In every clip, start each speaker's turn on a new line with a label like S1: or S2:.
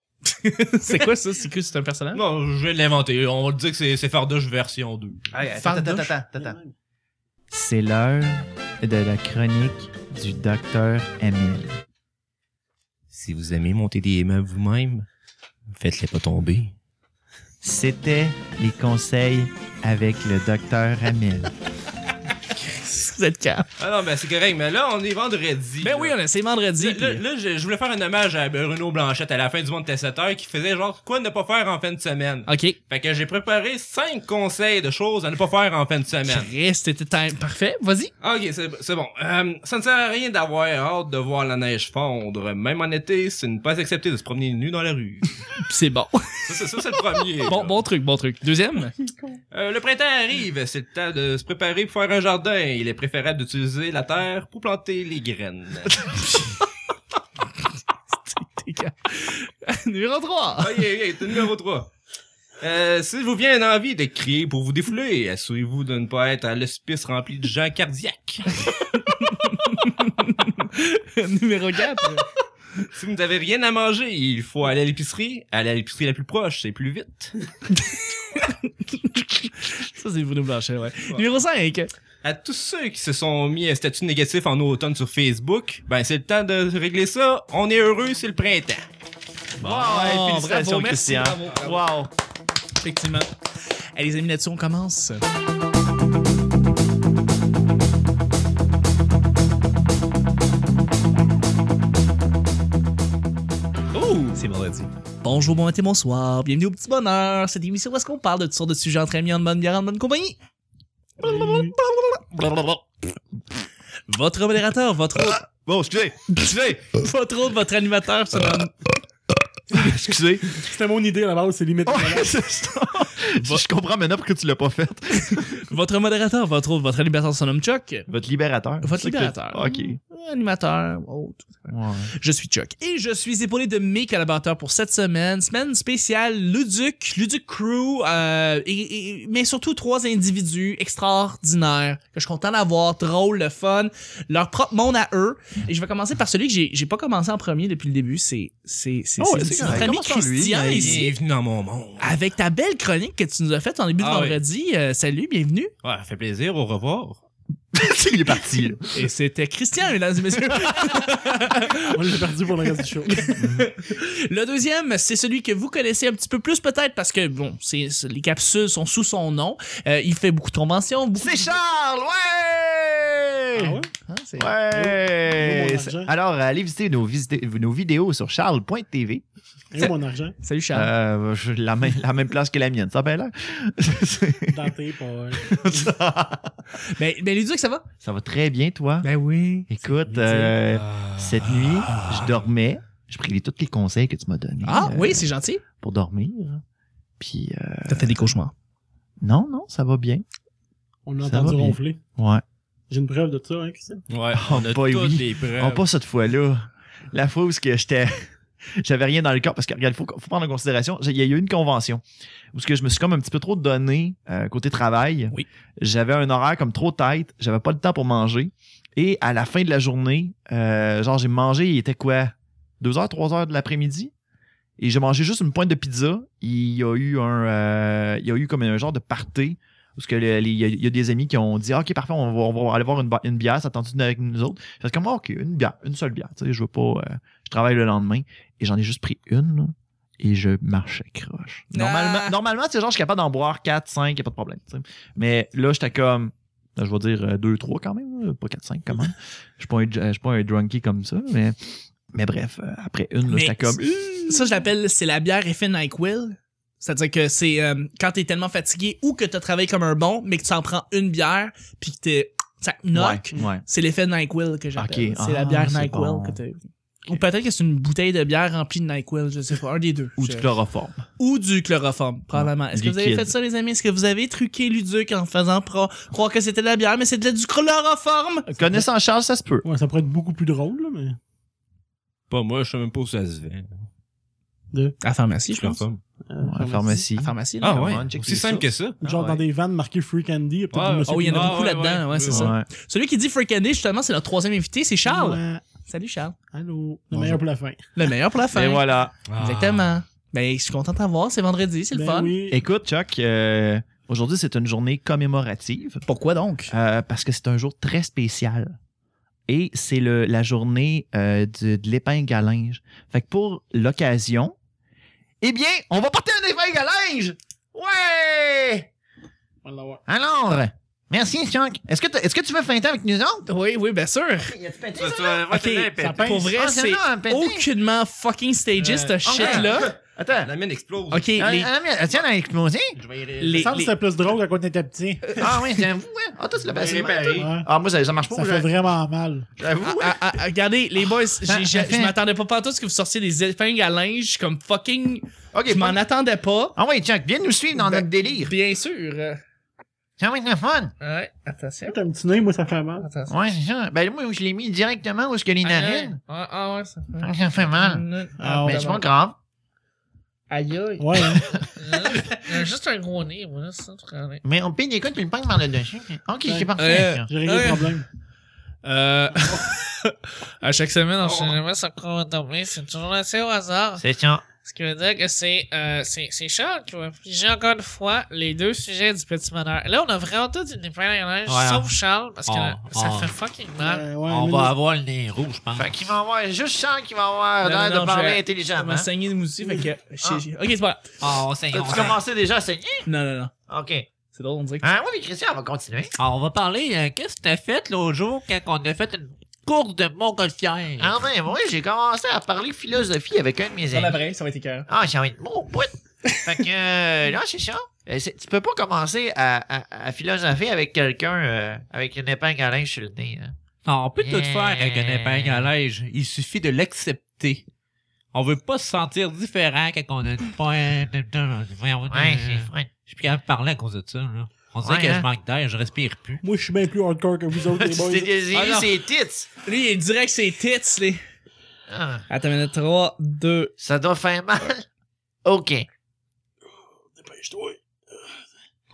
S1: c'est quoi ça? C'est que c'est un personnage?
S2: Hein? Non, je vais l'inventer. On va dire que c'est, c'est Fardoche version 2.
S3: Hey, attends, attends,
S1: Fardoche.
S3: attends, attends, attends.
S4: C'est l'heure de la chronique du docteur Emile.
S2: Si vous aimez monter des immeubles vous-même, faites-les pas tomber.
S4: C'était les conseils avec le docteur Emile.
S1: Vous êtes calme.
S2: Ah non, ben c'est correct, mais là, on est vendredi.
S1: Ben
S2: là.
S1: oui, on a- c'est vendredi.
S2: Là,
S1: puis-
S2: là, là, je, je voulais faire un hommage à Bruno Blanchette à la fin du monde de 7 heures qui faisait genre quoi ne pas faire en fin de semaine.
S1: OK.
S2: Fait que j'ai préparé cinq conseils de choses à ne pas faire en fin de semaine.
S1: Reste, c'était time. Parfait. Vas-y.
S2: Ok, c'est c'est bon. Euh, ça ne sert à rien d'avoir hâte de voir la neige fondre. Même en été, c'est ne pas accepté de se promener nu dans la rue.
S1: Puis c'est bon.
S2: ça, c'est ça, c'est le premier. là.
S1: bon. Bon truc, bon truc. Deuxième.
S2: Euh, le printemps arrive, c'est le temps de se préparer pour faire un jardin. Il est préférable d'utiliser la terre pour planter les graines.
S1: T'es calme. Numéro 3.
S2: ok, ok, Ah, t'es numéro 3. Euh, si vous vient une envie de crier pour vous défouler, assurez-vous de ne pas être à l'hospice rempli de gens cardiaques.
S1: Numéro 4.
S2: Si vous n'avez rien à manger, il faut aller à l'épicerie. Aller à l'épicerie la plus proche, c'est plus vite.
S1: Ça, c'est Bruno Blanchet, ouais. Numéro 5.
S2: À tous ceux qui se sont mis un statut négatif en automne sur Facebook, ben c'est le temps de régler ça. On est heureux, c'est le printemps.
S1: Bon,
S3: Oh,
S4: ouais, félicitations,
S1: Oh, bravo, merci,
S4: Christian.
S1: bravo.
S4: Wow!
S1: Effectivement. Allez, les amis, là-dessus, on commence.
S2: Oh!
S4: C'est vendredi.
S1: Bonjour, bon matin, bonsoir. Bienvenue au Petit Bonheur. Cette émission où est-ce qu'on parle de toutes sortes de sujets entre amis, en bonne bière, en bonne compagnie. Votre modérateur, votre hôte,
S3: Bon, excusez, excusez,
S1: votre hôte, votre animateur se nomme...
S3: Euh. excusez.
S5: C'était mon idée à la base, c'est limite.
S3: Ouais, c'est ça. Je comprends maintenant pourquoi tu l'as pas fait.
S1: Votre modérateur, votre hôte, votre animateur se nomme Chuck.
S3: Votre libérateur.
S1: Votre
S3: C'est que-
S1: libérateur. Hmm,
S3: Ok.
S1: Animateur, hôte,
S4: Ouais.
S1: Je suis Chuck et je suis épaulé de mes collaborateurs pour cette semaine. Semaine spéciale Luduc, Luduc Crew, euh, et, et- mais surtout trois individus extraordinaires que je suis content d'avoir, drôle, le fun, leur propre monde à eux. Et je vais commencer par celui que j'ai, j'ai pas commencé en premier depuis le début. C'est c'est c'est
S3: Oh,
S1: c'est-
S3: c'est
S1: c'est
S3: correct.
S1: notre ami
S3: Commence par lui,
S1: Christian
S3: mais-
S1: ici.
S2: Bienvenue dans mon monde.
S1: Avec ta belle chronique que tu nous as faite en début de
S2: Ah oui.
S1: vendredi, Euh, salut, bienvenue.
S2: Ouais, ça fait plaisir, au revoir.
S3: Il est parti. là.
S1: Et c'était Christian, mesdames et messieurs.
S5: On l'a perdu pour le reste du show.
S1: Le deuxième, c'est celui que vous connaissez un petit peu plus peut-être parce que bon, c'est c'est- les capsules sont sous son nom. Euh, il fait beaucoup de conventions. Beaucoup
S3: C'est Charles, ouais!
S5: Ah ouais?
S1: Hein, c'est-
S3: Ouais!
S5: Gros, gros
S3: C'est-
S5: argent.
S3: Alors, allez visiter nos, visite- nos vidéos sur charles.tv.
S5: Et où mon argent?
S1: Salut Charles.
S3: Euh, je- la, même- la même place que la mienne, ça a bien l'air.
S5: Dans tes poches.
S1: Ben, ben lui dis que ça va.
S3: ça va très bien, toi.
S1: Ben oui.
S3: Écoute, euh,
S2: Ah.
S3: cette nuit, je dormais. Je pris tous les conseils que tu m'as donnés
S1: Ah
S3: euh,
S1: oui, c'est gentil.
S3: pour dormir. Puis, euh,
S1: T'as fait des cauchemars.
S3: non, non, ça va bien.
S5: On l'a
S3: Ça
S5: entendu
S3: va bien.
S5: ronfler.
S3: Ouais.
S5: J'ai une preuve de ça, hein, Christian?
S2: Ouais,
S3: Oh
S2: on a
S3: boy,
S2: toutes
S3: oui.
S2: les preuves.
S3: Oh, pas cette fois-là. La fois où ce que j'étais. J'avais rien dans le corps parce que regarde, faut, faut prendre en considération. j'ai- Il y a eu une convention où ce que je me suis comme un petit peu trop donné euh, côté travail.
S1: Oui.
S3: J'avais un horaire comme trop tête. J'avais pas le temps pour manger. Et à la fin de la journée, euh, genre j'ai mangé, il était quoi 2 heures, 3 heures de l'après-midi. Et j'ai mangé juste une pointe de pizza. Il y a eu un. euh, il y a eu comme un genre de party. Parce que le- les- il y, a- il y a des amis qui ont dit Ah, Ok, parfait, on va, on va aller voir une, ba- une bière, ça tente une avec nous autres. Fait que, comme, Ah, ok, une bière, une seule bière. Tu sais, je veux pas. euh, je travaille le lendemain. Et j'en ai juste pris une, là, et je marchais croche. Normalement,
S1: Ah.
S3: normalement tu sais, genre, je suis capable d'en boire 4, 5, y a pas de problème. tu sais. Mais là, j'étais comme. là, Je vais dire 2, 3 quand même, là, pas 4, 5 quand même. Je suis pas, un- je suis pas un drunkie comme ça, mais. Mais bref, euh, après une, là,
S1: Mais
S3: j'étais comme. Hum!
S1: Ça, je l'appelle c'est la bière effet NyQuil. C'est-à-dire que c'est euh, quand t'es tellement fatigué ou que t'as travaillé comme un bon, mais que tu en prends une bière puis que t'es ça knock.
S3: Ouais, ouais.
S1: C'est l'effet NyQuil que j'appelle.
S3: Ok.
S1: C'est la
S3: Ah,
S1: bière
S3: c'est
S1: NyQuil
S3: bon.
S1: que t'as. Ou peut-être que c'est une bouteille de bière remplie de NyQuil, je sais pas, un des deux.
S3: Ou
S1: Je-
S3: du chloroforme.
S1: ou du chloroforme, probablement. Est-ce que vous avez
S3: Liquide.
S1: fait ça, les amis? Est-ce que vous avez truqué Luduc en faisant pro- croire que c'était de la bière, mais c'était du chloroforme?
S3: Connaissant Charles, ça se peut.
S5: Ouais, ça pourrait être beaucoup plus drôle, là, mais.
S2: Pas moi, je sais même pas où ça se vend.
S1: À la pharmacie, je
S2: leur
S1: pense.
S2: forme.
S5: euh,
S3: la pharmacie.
S1: À la pharmacie, là.
S2: Ah
S3: Come
S2: ouais,
S3: on, check
S2: aussi
S3: les
S2: simple
S3: sous.
S2: que ça.
S5: Genre
S3: Ah,
S5: dans
S3: ouais.
S5: des vannes marquées Free Candy. Il y a peut-être
S2: Ouais.
S5: du monsieur
S1: Oh, il y en a
S5: qui-
S2: Ah,
S1: beaucoup
S2: ouais,
S1: là-dedans, ouais,
S2: ouais.
S1: c'est
S2: Ouais.
S1: ça.
S3: Ouais.
S1: Celui qui dit Freak Candy, justement, c'est notre troisième invité, c'est Charles.
S5: Ouais.
S1: Salut Charles.
S5: Allô. Le
S3: Bonjour.
S5: meilleur pour la fin.
S1: Le meilleur pour la fin.
S3: Et voilà.
S1: Exactement. Ben, je suis content de t'avoir. C'est vendredi, c'est le
S5: Ben
S1: fun.
S5: oui.
S3: Écoute, Chuck, euh, aujourd'hui, c'est une journée commémorative
S1: Pourquoi donc?
S3: euh, parce que c'est un jour très spécial. Et c'est le- la journée euh, du- de l'épingle à linge. Fait que pour l'occasion, eh bien, on va porter une épingle à linge! Ouais!
S5: On va l'avoir.
S3: Alors, merci, Chuck. Est-ce que, t'as- est-ce que tu veux feinter avec nous autres?
S1: Oui, oui, bien sûr.
S2: Ça, ça, va,
S1: Ok,
S2: Ah, c'est bien,
S1: ça
S2: pète.
S1: pour vrai,
S3: Ah, c'est
S1: c'est
S3: là, un pété.
S1: aucunement fucking stagiste,
S5: Euh,
S1: ce shit-là.
S3: Attends.
S2: La mienne explose.
S1: Ok, les,
S3: Ah, ah, mais- ah, tiens, elle a explosé.
S2: Je vais y ré-
S5: Il me
S1: les,
S5: semble que
S1: les-
S5: c'était plus drôle quand on était petit.
S1: Euh,
S3: Ah oui, j'avoue. hein. Ah, toi, tu l'as
S2: Je vais
S3: passé. mal,
S2: réparer.
S3: toi.
S5: Ouais.
S3: Ah, moi, ça, ça marche pas.
S5: Ça fait vraiment mal.
S3: J'avoue. hein.
S1: Ah, ah, ah, regardez, les boys, j'ai- j'ai-
S3: enfin.
S1: je m'attendais pas partout à ce que vous sortiez des épingles à linge. Je suis comme fucking.
S5: ah,
S3: OK,
S1: Je
S3: pas-
S1: m'en attendais pas.
S3: Ah oui, Chuck, viens nous suivre dans
S1: Ben-
S3: notre délire.
S1: Bien sûr.
S3: Ça va être le fun.
S1: Ouais, attention.
S5: T'as un petit nez, moi, ça fait mal.
S1: Attention.
S3: Ouais, c'est ça. Ben moi, je l'ai mis directement où est-ce que les narines.
S1: Ah, ah ouais, ça fait.
S3: Ah, Ça fait mal.
S5: Ah,
S3: Mais
S5: ouais.
S3: c'est pas grave.
S1: Aïe aïe.
S5: Ouais, hein.
S1: J'ai juste un gros nez, moi, là, c'est ça, tu connais.
S3: Mais on pile des coups, tu le pognes par le dessus. OK,
S5: Ouais.
S3: c'est parfait.
S1: Euh,
S3: ça.
S5: j'ai réglé
S1: Ouais.
S5: le problème.
S1: Euh. à chaque semaine, on sait jamais sur quoi on va tomber. C'est toujours assez au hasard.
S3: C'est ça.
S1: Ce qui veut dire que c'est euh, c'est- c'est Charles qui va piger encore une fois les deux sujets du petit bonheur. Là, on a vraiment tout une épingle à linge,
S6: Ouais.
S1: sauf Charles, parce que
S6: Oh,
S1: ça
S6: oh.
S1: fait fucking mal.
S5: Euh, ouais,
S6: On
S5: mais
S6: va
S5: nous-
S6: avoir le nez rouge, je pense.
S3: Fait qu'il va avoir juste ça qui va avoir
S1: Non,
S3: l'air
S1: non,
S3: de
S1: je
S3: parler
S1: vais-
S3: intelligemment.
S1: saigné de moussi, fait que. j'ai- Ok, c'est pas grave.
S6: Ah, on saigne, on
S3: T'as-tu
S6: saigne.
S3: commencé déjà à saigner?
S1: Non, non, non.
S3: OK.
S1: C'est drôle, on dirait que.
S3: Ah oui, mais Christian, on va continuer.
S6: Ah, on va parler, euh, qu'est-ce que t'as fait l'autre jour quand on a fait une course de montgolfière?
S3: Ah ben moi, j'ai commencé à parler philosophie avec un de mes amis.
S1: ça va être écœur.
S3: Ah, ça va être beau, bout. Fait que, euh, là, c'est ça. Euh, c'est- Tu peux pas commencer à, à- à philosopher avec quelqu'un euh, avec une épingle à linge sur le nez. hein. là.
S2: Ah,
S6: Non, on peut tout faire avec une épingle à linge. Il suffit de l'accepter. On veut pas se sentir différent quand on a une pointe.
S3: Ouais,
S6: Ouais,
S3: c'est vrai.
S6: Je suis plus capable de parler à cause de ça, là. On dirait
S3: Ouais,
S6: que
S3: hein.
S6: je manque d'air, je respire plus.
S5: Moi, je suis bien plus hardcore que vous autres, les boys.
S3: Tu t'es désiré
S1: Ah, non.
S3: ses tits.
S1: Lui, il est direct, c'est tits, les.
S3: Ah,
S1: Attends, minute 3, 2.
S3: ça doit faire mal. OK.
S5: Dépêche-toi.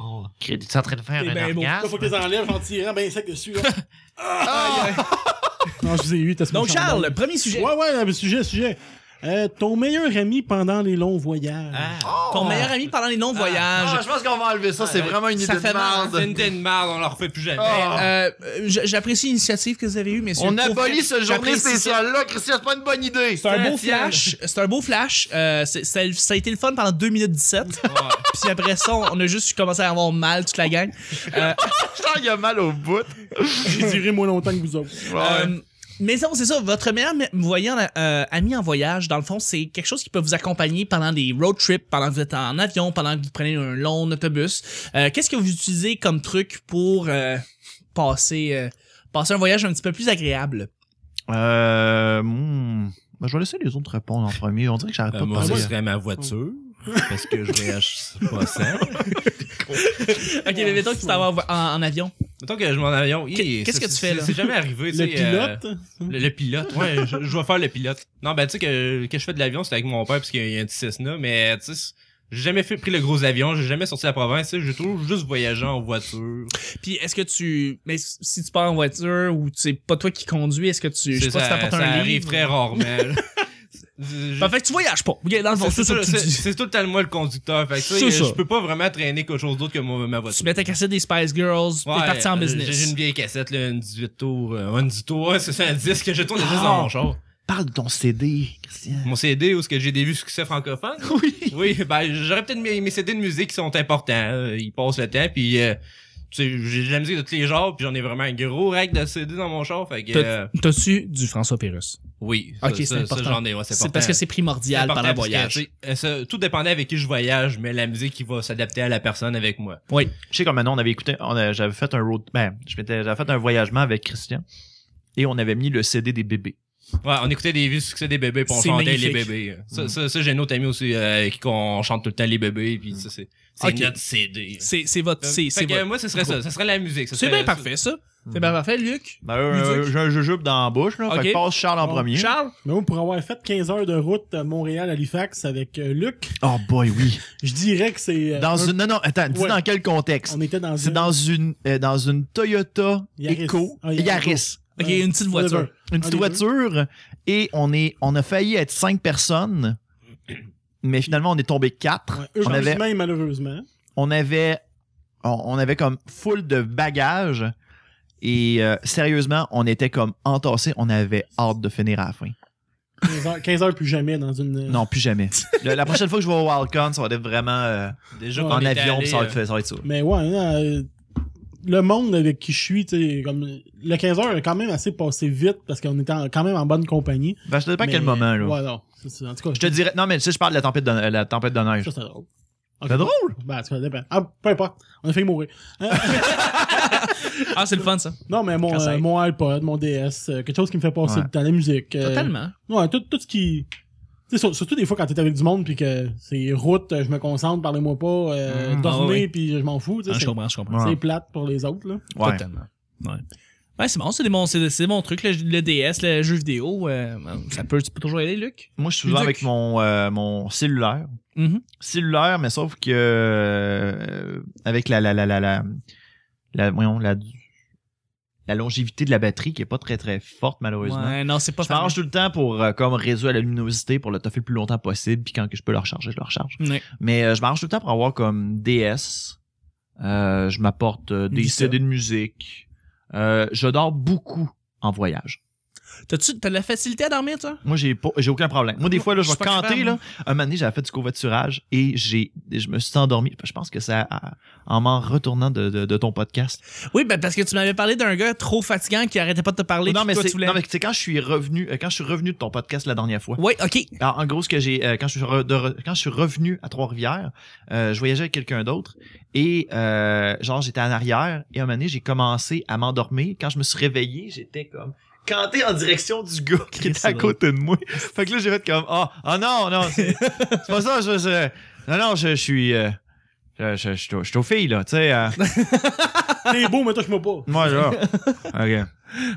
S6: Oh.
S3: Tu es en train de faire
S5: Eh
S3: un
S5: ben,
S1: Ah,
S5: bon,
S3: orgasme?
S5: faut que les enlèves en tirant ben sec dessus. là. Ah! non, je vous ai eu, t'as
S1: Donc, Charles, le premier sujet.
S5: Ouais, ouais, le sujet, sujet. Euh, ton meilleur ami pendant les longs voyages.
S3: Oh!
S1: Ton meilleur ami pendant les
S3: Ah,
S1: non-voyages.
S3: je pense qu'on va enlever ça. C'est
S6: Ah,
S3: vraiment une idée
S1: ça
S3: de
S1: fait mal,
S3: merde.
S2: C'est une idée de merde, on la refait plus jamais.
S3: Ah.
S1: Euh, euh, j- J'apprécie l'initiative que vous avez eue, messieurs.
S3: On
S1: Pour
S3: abolit
S1: vrai,
S3: cette journée
S1: j'apprécie ça.
S3: spéciale-là, Christian. C'est pas une bonne idée.
S1: C'est un beau
S2: Tiens.
S1: flash. C'est un beau flash. Euh, c'est- ça, ça a été le fun pendant 2 minutes 17. Puis après ça, on a juste commencé à avoir mal toute la gang.
S3: Putain, il a mal au bout.
S5: J'ai duré moins longtemps que vous autres.
S1: Euh, mais non, c'est ça. Votre meilleur me- voyant, euh, ami en voyage, dans le fond, c'est quelque chose qui peut vous accompagner pendant des road trips, pendant que vous êtes en avion, pendant que vous prenez un long autobus. Euh, Qu'est-ce que vous utilisez comme truc pour euh, passer, euh, passer un voyage un petit peu plus agréable?
S3: Euh... hmm. Ben, je vais laisser les autres répondre en premier. On dirait que j'arrête
S5: Ah,
S3: pas de
S2: Euh, moi, ce
S3: parler.
S2: serait ma voiture. Parce que je voyage pas sans.
S1: Ok, mais mettons que tu t'en vas en vo- en, en avion.
S2: Mettons que je m'en avion.
S1: Qu'est- qu'est-ce que tu fais, là?
S2: C'est jamais arrivé, tu
S5: Le
S2: sais, euh,
S5: pilote.
S1: hein?
S2: Le, le pilote, ouais, je, je vais faire le pilote. Non, ben, tu sais, que, que je fais de l'avion, c'est avec mon père, parce qu'il y a un petit Cessna, mais, tu sais, j'ai jamais fait, pris le gros avion, j'ai jamais sorti de la province, tu sais, j'ai toujours juste voyagé en voiture.
S1: Puis est-ce que tu. Mais si tu pars en voiture ou c'est pas toi qui conduis, est-ce que tu. Je sais
S2: C'est-
S1: pas si
S2: ça,
S1: t'apportes
S2: ça
S1: un
S2: arrive
S1: livre.
S2: très rarement. là. Je-
S1: Ben, fait que tu voyages pas. Ok, Dans le fond, c'est
S2: C'est
S1: ça
S2: tout,
S1: que tu
S2: c'est-
S1: dis.
S2: c'est tout le temps moi le conducteur. Fait que, tu
S1: C'est
S2: sais,
S1: ça.
S2: je peux pas vraiment traîner quelque chose d'autre que mon- ma voiture.
S1: Tu mets ta cassette des Spice Girls, t'es
S2: Ouais,
S1: parti en
S2: euh,
S1: business.
S2: J'ai j'ai une vieille cassette, là, une 18 tours, euh, un 10 tours, ouais, c'est ça, un 10 que je tourne juste
S1: Ah!
S2: dans mon char.
S3: Parle de ton CD, Christian.
S2: Mon CD, où est-ce que j'ai des vues succès francophones? Oui. Oui, ben, j'aurais peut-être mes, mes CD de musique qui sont importants. euh, Ils passent le temps, puis euh, tu sais, j'ai de la musique de tous les genres, puis j'en ai vraiment un gros rack de CD dans mon char, fait que... euh,
S1: T'as-tu du François Pérus?
S2: oui,
S1: Ok, c'est
S2: ça, ça,
S1: important.
S2: j'en ai, ouais, c'est
S1: C'est
S2: important.
S1: parce que c'est primordial
S2: important
S1: pendant le
S2: parce que,
S1: voyage.
S2: tu sais, euh, ça- tout dépendait avec qui je voyage, mais la musique qui va s'adapter à la personne avec moi.
S3: Je sais comme maintenant, on avait écouté, on a- j'avais fait un road, ben, je m'étais- j'avais fait un voyagement avec Christian et on avait mis le CD des bébés.
S2: Ouais, on écoutait des vues de succès des bébés, puis on
S1: C'est
S2: chantait
S1: magnifique. Mm.
S2: les bébés. Ça, ça, ça, j'ai un autre ami aussi euh, avec qui on chante tout le temps les bébés, puis ça, c'est c'est
S1: Ok.
S2: notre CD.
S1: C'est c'est votre.
S2: Euh,
S1: C'est
S2: fait
S1: c'est
S2: que
S1: votre-
S2: moi, ce serait ça. Ça serait la musique. ça Mhm.
S1: c'est
S2: serait-
S1: bien parfait, ça. C'est bien parfait, Luc.
S3: Ben, euh,
S1: Luduc.
S3: j'ai un jujube dans la bouche, là.
S1: Ok.
S3: Fait que passe Charles en premier.
S2: Hmm?
S1: Charles?
S5: Mais moi, pour avoir fait 15 heures de route à Montréal-Halifax avec euh, Luc,
S3: Oh boy, oui.
S5: je dirais que c'est. euh,
S3: Dans
S5: un-
S3: une, non, non, attends, dis
S5: Ouais.
S3: dans quel contexte?
S5: On était dans
S3: C'est
S5: une.
S3: dans une, euh, dans une Toyota
S5: Yaris.
S3: Echo
S5: Ah, Yaris.
S3: Yaris.
S1: Ok,
S5: Ouais.
S1: une petite voiture.
S5: Whatever.
S3: Une petite
S5: Un des deux.
S3: voiture et on est, on a failli être cinq personnes mais finalement, on est tombé quatre.
S5: Ouais,
S3: on,
S5: heureusement
S3: avait,
S5: et malheureusement.
S3: on avait on, on avait comme full de bagages. Et euh, sérieusement, on était comme entassés. On avait hâte de finir à la fin.
S5: 15 heures, 15 heures plus jamais dans une.
S3: Non, plus jamais. Le- la prochaine fois que je vais au Wildcon, ça va être vraiment euh,
S2: Déjà,
S5: Ouais.
S2: qu'on
S3: en
S2: était
S3: avion,
S2: allé,
S3: puis ça va
S2: euh,
S3: être, ça va être ça.
S5: Mais ouais, euh, le monde avec qui je suis, tu sais, comme. Le 15 heures est quand même assez passé vite parce qu'on était en- quand même en bonne compagnie.
S3: Ben, je te dis pas à
S5: Mais-
S3: quel moment, là.
S5: Ouais, non. c'est ça. En tout cas,
S3: Je te dirais. Non, mais tu sais, je parle de la tempête de, la tempête de neige.
S5: ça, c'était drôle.
S3: C'est
S5: Ok.
S3: drôle!
S5: Ben, ça dépend. Ah, peu importe. On a failli mourir.
S1: Ah, c'est le fun, ça.
S5: Non, mais mon,
S3: Quand ça
S5: euh,
S3: aide.
S5: mon iPod, mon DS, euh, quelque chose qui me fait passer
S3: Ouais.
S5: le temps, la musique. euh,
S1: Totalement.
S5: Ouais, tout, tout ce qui. Tu sais, sur- surtout des fois quand t'es avec du monde puis que c'est route, euh, je me concentre, parlez-moi pas,
S3: Hmm.
S5: euh,
S1: Mm.
S5: dormez
S1: Ah oui.
S5: puis je m'en fous. tu
S1: Ah,
S5: sais,
S1: je
S5: c'est
S1: comprends, je comprends.
S3: Ouais.
S5: c'est plate pour les autres. Là.
S3: Ouais.
S1: Totalement. Ouais. Ouais, c'est bon, c'est des bons- c'est c'est mon truc, le, le DS, le jeu vidéo. euh, ça peut, tu peux toujours y aller, Luc.
S3: Moi, je suis souvent
S1: Ludique.
S3: avec mon, euh, mon cellulaire.
S1: Mhm.
S3: Cellulaire, mais sauf que. euh, avec la. La. La. La. La. La, voyons, la, la longévité de la batterie qui est pas très très forte, malheureusement.
S1: Ouais, non, c'est pas
S3: Je m'arrange tout le temps pour euh, comme réduire la luminosité pour le toffer le plus longtemps possible, puis quand que je peux le recharger, je le recharge.
S1: Ouais.
S3: Mais euh, je m'arrange tout le temps pour avoir comme DS. Euh, je m'apporte euh, des
S1: Vita.
S3: CD de musique. Euh, je dors beaucoup en voyage.
S1: T'as-tu t'as de la facilité à dormir, toi?
S3: Moi, j'ai pas, j'ai aucun problème. Moi, des
S1: Moi,
S3: fois, là,
S1: je
S3: je
S1: suis
S3: vais
S1: pas
S3: canter,
S1: capable.
S3: là. Un moment donné, j'avais fait du covoiturage et j'ai, je me suis endormi. Je pense que ça, à- en m'en retournant de, de- de ton podcast.
S1: Oui, ben parce que tu m'avais parlé d'un gars trop fatigant qui arrêtait pas de te parler.
S3: non,
S1: puis
S3: mais
S1: toi,
S3: c'est,
S1: tu voulais-
S3: non, mais c'est quand je suis revenu, euh, quand je suis revenu de ton podcast la dernière fois.
S1: Oui, ok.
S3: Alors, en gros, ce que j'ai, euh, quand, je suis re- de re- quand je suis revenu à Trois-Rivières, euh, je voyageais avec quelqu'un d'autre et euh, genre j'étais en arrière et à un moment donné, j'ai commencé à m'endormir. Quand je me suis réveillé, j'étais comme canté en direction du gars qui était
S1: c'est
S3: à
S1: drôle.
S3: côté de moi. fait que là, j'ai fait comme ah ah non non c'est c'est pas ça je, je- non non je, je suis euh, je, je, je, suis au- je suis aux filles là tu sais euh,
S5: T'es beau, mais touche-moi pas.
S3: moi là ok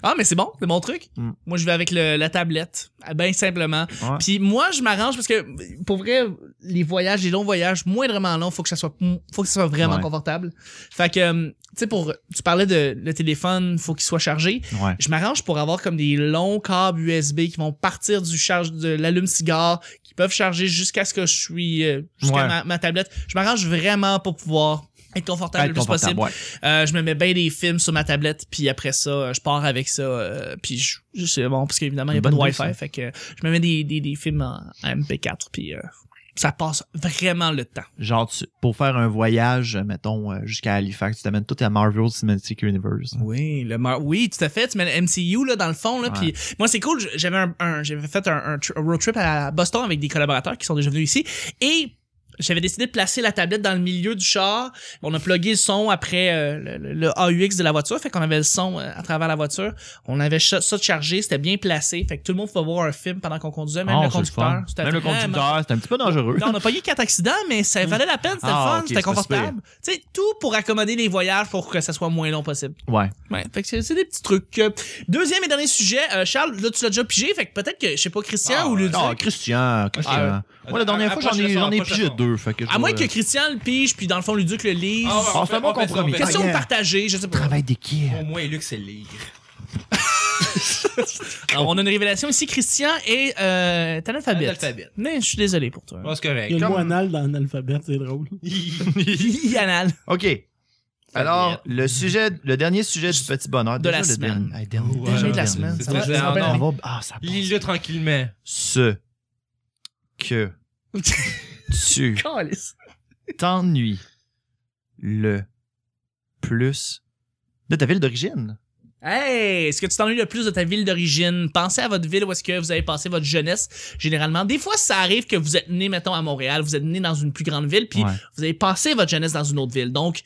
S1: Ah, mais c'est bon, c'est mon truc.
S3: Mm.
S1: Moi, je vais avec le- la tablette, ben simplement.
S3: Ouais.
S1: Puis moi, je m'arrange parce que, pour vrai, les voyages, les longs voyages, moindrement longs, faut que ça soit, faut que ça soit vraiment
S3: Ouais.
S1: confortable. Fait que, euh, tu sais, pour, tu parlais de le téléphone, faut qu'il soit chargé.
S3: ouais
S1: Je m'arrange pour avoir comme des longs câbles USB qui vont partir du charge de l'allume-cigare, qui peuvent charger jusqu'à ce que je suis, euh, jusqu'à
S3: Ouais.
S1: ma, ma tablette. Je m'arrange vraiment pour pouvoir être confortable le
S3: Être
S1: plus possible.
S3: confortable, ouais.
S1: Euh, je me mets bien des films sur ma tablette, puis après ça, euh, je pars avec ça, euh, puis je, je- c'est bon, parce qu'évidemment, il n'y a
S3: Une
S1: pas de
S3: bonne idée,
S1: Wi-Fi,
S3: ça.
S1: fait que euh, je me mets des, des, des films en, en MP4, puis euh, ça passe vraiment le temps.
S3: genre tu- pour faire un voyage mettons euh, jusqu'à Halifax tu t'amènes tout à Marvel Cinematic Universe
S1: Oui, le mar- oui, tout à fait. Tu mets le MCU là dans le fond là. Puis moi c'est cool. J'avais un, un- j'avais fait un, un tr- un road trip à Boston avec des collaborateurs qui sont déjà venus ici et j'avais décidé de placer la tablette dans le milieu du char. On a plugué le son après euh, le, le- le AUX de la voiture, fait qu'on avait le son euh, à travers la voiture. On avait cha- ça de chargé, c'était bien placé, fait que tout le monde pouvait voir un film pendant qu'on conduisait, même
S3: Oh,
S1: le
S3: c'est
S1: conducteur.
S3: fun.
S1: C'était
S3: Même le
S1: vraiment-
S3: conducteur, c'était un petit peu dangereux.
S1: non, on a pas eu quatre accidents, mais ça valait la peine, c'était
S3: Ah,
S1: le fun,
S3: ok,
S1: c'était
S3: c'est pas si pire.
S1: confortable. Tu sais, tout pour accommoder les voyages pour que ça soit moins long possible.
S3: Ouais.
S1: Ouais, fait que c'est c'est des petits trucs. Euh, Deuxième et dernier sujet, euh, Charles, là tu l'as déjà pigé, fait que peut-être que je sais pas Christian
S2: Ah,
S1: ou
S2: ouais.
S1: Luduc.
S3: Ah, Christian, Christian.
S2: Ah,
S3: Moi, euh, la dernière fois, j'en ai,
S2: Approche-le
S3: j'en ai
S2: ça,
S3: pigé
S2: approche-le
S3: deux. Fait que je
S1: à moins
S3: dois-
S1: que Christian le pige, puis dans le fond Luduc le lise.
S2: Ah, ouais,
S3: Ah,
S2: on
S3: c'est
S2: fait-
S3: un bon
S2: on fait ça,
S3: compromis.
S2: on fait ça.
S1: Question
S3: ah,
S1: de
S3: yeah.
S1: partager, je sais pas.
S3: Travail d'équipe.
S2: Au moins, Luc, c'est lire.
S1: Alors, on a une révélation ici, Christian est euh, t'es analphabète.
S2: Analphabète.
S1: Mais je suis désolé pour toi.
S2: Ouais, c'est
S5: Il y a
S2: correct.
S5: le mot
S2: Comme-
S5: anal dans l'alphabet, c'est drôle.
S1: Yanal.
S3: OK. Alors, le sujet, le dernier sujet du petit bonheur.
S1: De
S3: déjà
S1: la
S3: le
S1: semaine.
S3: dernier- hey, dernier-
S2: Ouais.
S1: Déjà
S3: dernier-
S1: de la
S3: dernier.
S1: semaine.
S2: C'est
S1: Ça va,
S2: très
S1: ça va
S2: bien,
S1: bien.
S3: On va- Ah, ça passe.
S2: Lis-le tranquillement.
S3: Ce que tu
S1: Calisse.
S3: t'ennuies le plus de ta ville d'origine.
S1: Hey, est-ce que tu t'ennuies le plus de ta ville d'origine? Pensez à votre ville où est-ce que vous avez passé votre jeunesse, généralement. Des fois, ça arrive que vous êtes né, mettons, à Montréal, vous êtes né dans une plus grande ville, puis
S3: Ouais.
S1: vous avez passé votre jeunesse dans une autre ville. Donc,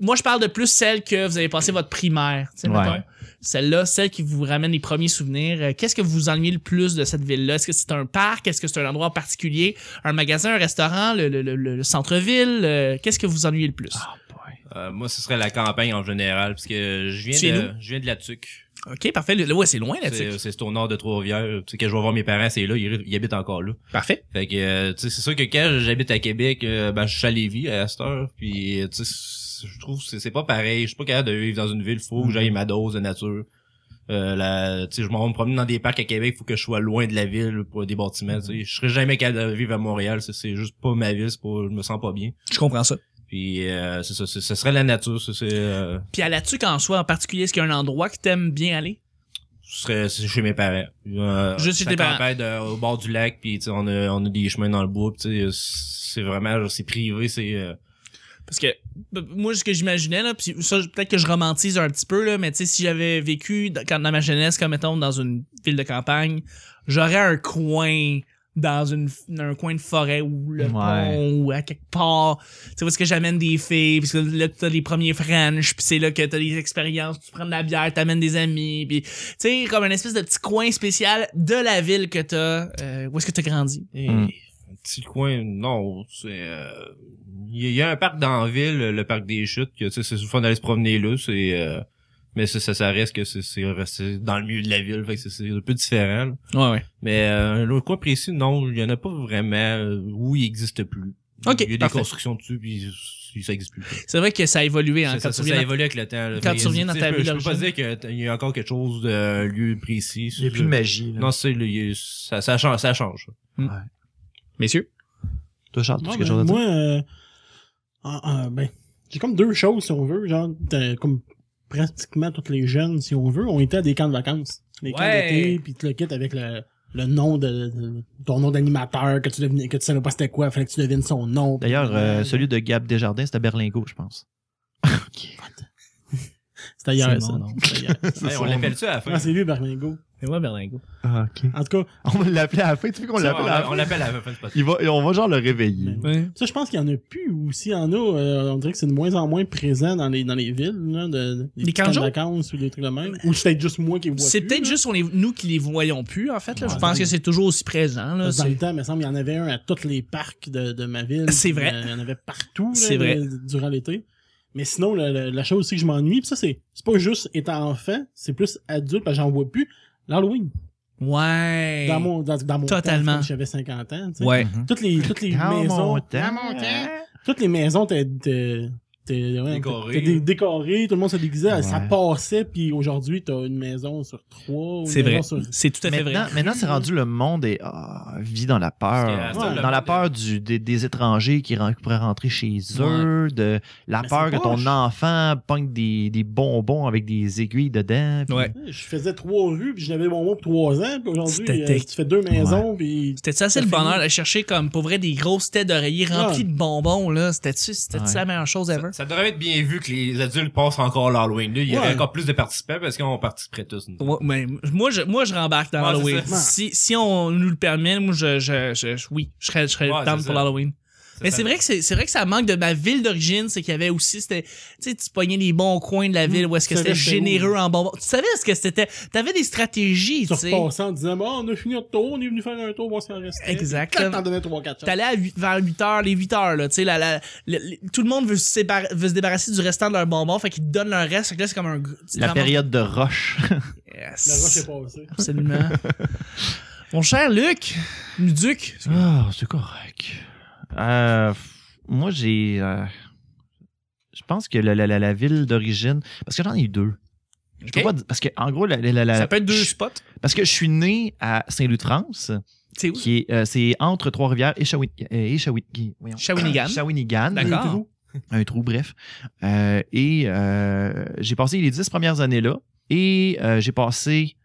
S1: moi, je parle de plus celle que vous avez passé votre primaire. tu sais,
S3: Ouais.
S1: mettons. Celle-là, celle qui vous ramène les premiers souvenirs. Euh, Qu'est-ce que vous ennuyez le plus de cette ville-là? Est-ce que c'est un parc? Est-ce que c'est un endroit particulier? Un magasin, un restaurant, le, le- le- le centre-ville? Euh, Qu'est-ce que vous ennuyez le plus?
S3: oh
S2: Euh, moi, ce serait la campagne en général, parce que je
S1: Tu es
S2: viens de, je viens de la Tuque.
S1: OK, parfait. Le- le- ouais, c'est loin, là, tu sais.
S2: C'est c'est au nord de Trois-Rivières. Tu sais, quand je vais voir mes parents, c'est là, ils, ils habitent encore là.
S1: Parfait.
S2: Fait que, euh, tu sais, c'est sûr que quand j'habite à Québec, euh, ben, je suis à Lévis à cette heure, puis,
S1: Mm-hmm.
S2: euh, tu sais, c'est- je trouve que c'est- c'est pas pareil. Je suis pas capable de vivre dans une ville, faut que j'aille ma dose de nature. Euh, la- tu sais, je m'en vais me promener dans des parcs à Québec, faut que je sois loin de la ville pour des bâtiments. tu sais. Je serais jamais capable de vivre à Montréal, ça, c'est juste pas ma ville, c'est pas, je me sens pas bien.
S1: Je comprends ça.
S2: Puis euh, c'est ça, c'est- ce serait la nature, ça, c'est, euh,
S1: Puis à la tuque en soi, en particulier, est-ce qu'il y a un endroit que t'aimes bien aller?
S2: ce serait c'est chez mes parents. Euh,
S1: Juste chez
S2: ça
S1: tes parents.
S2: campagne de- au bord du lac, puis tu sais, on a, on a des chemins dans le bois, puis, tu sais, c'est vraiment, genre, c'est privé, c'est... euh,
S1: Parce que b- moi, ce que j'imaginais, là, puis ça, je- peut-être que je romantise un petit peu, là, mais tu sais, si j'avais vécu dans, quand, dans ma jeunesse, comme mettons, dans une ville de campagne, j'aurais un coin dans une, f- un coin de forêt ou le
S4: Ouais.
S1: pont ou à quelque part. Tu sais, où est-ce que j'amène des filles, puis là, t'as les premiers French, puis c'est là que t'as des expériences, tu prends de la bière, t'amènes des amis, puis tu sais, comme un espèce de petit coin spécial de la ville que t'as, euh, où est-ce que t'as grandi.
S2: Hey,
S3: Mm.
S2: Un petit coin, non, c'est... euh, Il y, a- il y a un parc dans la ville, le parc des chutes, que, tu sais, c'est souvent d'aller se promener là, c'est... euh, mais ça, ça, ça reste que c'est- c'est c'est dans le milieu de la ville, fait que c'est- c'est un peu différent. là.
S1: Ouais, ouais.
S2: Mais euh, l'autre coin précis, non, il n'y en a pas vraiment. euh, Où il n'existe plus.
S1: Ok,
S2: Il y a des
S1: parfait.
S2: constructions dessus, puis s- ça n'existe plus.
S1: C'est vrai que ça a évolué, hein,
S2: ça,
S1: quand
S2: ça,
S1: tu
S2: ça
S1: viens-
S2: évolue avec le temps. là.
S1: quand
S2: Fait
S1: tu
S2: que,
S1: reviens
S2: sais,
S1: dans ta
S2: je peux-
S1: ville
S2: Je peux pas dire qu'il y a encore quelque chose de euh, lieu précis.
S4: Il n'y a plus de magie. Là.
S2: Non, c'est le- il y a- ça, ça change. Ça change.
S1: Messieurs?
S3: Toi, Charles, tu as
S5: Moi,
S3: quelque
S5: ben,
S3: chose à dire?
S5: moi, euh, ah, ah, ben, j'ai comme deux choses, si on veut. Genre, t'as comme pratiquement tous les jeunes, si on veut, on était à des camps de vacances. Des camps
S2: Ouais.
S5: d'été, puis tu le quittes avec le, le nom de, de- ton nom d'animateur, que tu devinais, que tu savais pas c'était quoi, fallait que tu devines son nom.
S1: Ben,
S3: D'ailleurs, euh, celui de Gab Desjardins, c'était Berlingo, je pense.
S5: C'était hier,
S1: C'est
S5: ça.
S1: mon nom.
S5: C'était hier.
S2: Hey, on l'appelle-tu à la fin?
S5: Ah, c'est lui, Berlingo.
S1: C'est moi, Berlingo.
S4: Ah, ok.
S5: En tout cas,
S3: On va l'appeler à la fin. Tu veux
S2: On
S3: qu'on l'appelle à la
S2: l'a- on
S3: fin?
S2: l'appelle à la fin du podcast.
S3: Il va, et on va genre le réveiller.
S5: ça, je pense qu'il y en a plus, ou s'il y en a, euh, on dirait que c'est de moins en moins présent dans les, dans les villes, là, de, des
S1: Les camps de
S5: de
S1: jour?
S5: vacances ou des trucs de même. Ou c'est peut-être juste moi qui le vois
S1: C'est
S5: plus,
S1: peut-être
S5: là.
S1: juste on les- nous qui les voyons plus, en fait. Là. je
S5: Ouais.
S1: pense que c'est toujours aussi présent. Là.
S5: Parce que dans le
S1: C'est-
S5: temps, il me semble, il y en avait un à tous les parcs de, de ma ville.
S1: C'est vrai.
S5: Euh, Il y en avait partout là,
S1: C'est vrai.
S5: de- durant l'été. Mais sinon, le- le- la chose aussi que je m'ennuie, pis ça, c'est c'est pas juste étant enfant, c'est plus adulte, parce que j'en vois plus. L'Halloween.
S1: Ouais.
S5: Dans mon, dans, dans mon
S1: Totalement.
S5: temps, quand j'avais 50 ans. tu sais.
S1: Ouais.
S3: Mhm.
S5: Toutes les, toutes les maisons, toutes les maisons étaient étaient- étaient- ouais,
S2: Décorées.
S5: étaient dé- décorées, tout le monde se déguisait,
S4: Ouais.
S5: ça passait, puis aujourd'hui, t'as une maison sur trois, ou une
S1: C'est vrai.
S5: maison sur
S1: C'est tout à fait
S3: Maintenant,
S1: vrai.
S3: maintenant, c'est rendu le monde et ah, vit dans la
S2: Parce
S3: peur.
S2: que,
S5: euh,
S3: Dans la peur du, des, des étrangers qui ren- qui pourraient rentrer chez eux, de la
S5: Mais
S3: peur
S5: c'est
S3: que ton
S5: poche.
S3: enfant pogne des, des bonbons avec des aiguilles dedans. puis-
S1: Ouais.
S5: Je faisais trois rues, puis j'avais mon mot pour trois ans, puis aujourd'hui,
S1: C'était-
S5: euh, tu fais deux maisons, puis...
S1: C'était ça, c'est
S5: Ça
S1: le
S5: finit.
S1: bonheur de chercher comme pour vrai des grosses têtes d'oreiller remplies
S5: Ouais.
S1: de bonbons. là C'était-tu c'était
S3: Ouais.
S1: la meilleure chose ever?
S2: Ça, ça devrait être bien vu que les adultes passent encore l'Halloween. Là, il y aurait
S5: Ouais.
S2: encore plus de participants parce qu'on participerait tous. nous.
S1: Ouais, mais moi, je, moi, je rembarque dans
S2: Ouais,
S1: l'Halloween.
S2: c'est
S5: ça.
S1: Si, si on nous le permet, moi, je, je, je- je- oui, je serais, je serais
S2: Ouais,
S1: down
S2: c'est
S1: pour
S2: ça.
S1: l'Halloween.
S2: Ça,
S1: Mais
S2: ça-
S1: c'est vrai que c'est c'est vrai que ça manque de ma ville d'origine, c'est qu'il y avait aussi c'était tu sais tu pognais les bons coins de la ville où est-ce que
S5: Hmm. Tu savais
S1: c'était
S5: c'était où.
S1: généreux en bonbons. Tu savais ce que c'était T'avais des stratégies, tu
S5: Tu
S1: sais.
S5: repassais en disant, bon, on a fini notre tour, on est venu faire un tour, on s'en reste.
S1: Exactement.
S5: T'en donnais trois, quatre. chances.
S1: T'allais à huit- vers 8 heures, les 8 heures, là, tu sais, la, la- le- le- tout le monde veut se, séparer- veut se débarrasser du restant de leur bonbon, fait qu'ils te donnent leur reste, fait que là, c'est comme un... gr- c'est
S3: La
S1: vraiment-
S3: période de roche.
S5: La roche est
S1: Yes,
S5: passée.
S1: absolument. Mon cher Luc, Duc,
S3: Ah, c'est correct. Euh, f- moi, j'ai. euh, je pense que la, la, la, la ville d'origine. Parce que j'en ai eu deux. Je peux
S1: Ok.
S3: pas dire- parce que, en gros, la, la, la- la-
S1: ça peut être deux
S3: je-
S1: spots,
S3: Parce que je suis né à Saint-Louis de France,
S1: c'est où?
S3: qui est, euh, c'est entre Trois-Rivières et Shawin- euh, et Shawi- qui- voyons.
S1: Shawinigan.
S3: Shawinigan.
S1: D'accord.
S3: Un trou. Un trou, bref. Euh, et euh, j'ai passé les dix premières années là. Et euh, j'ai passé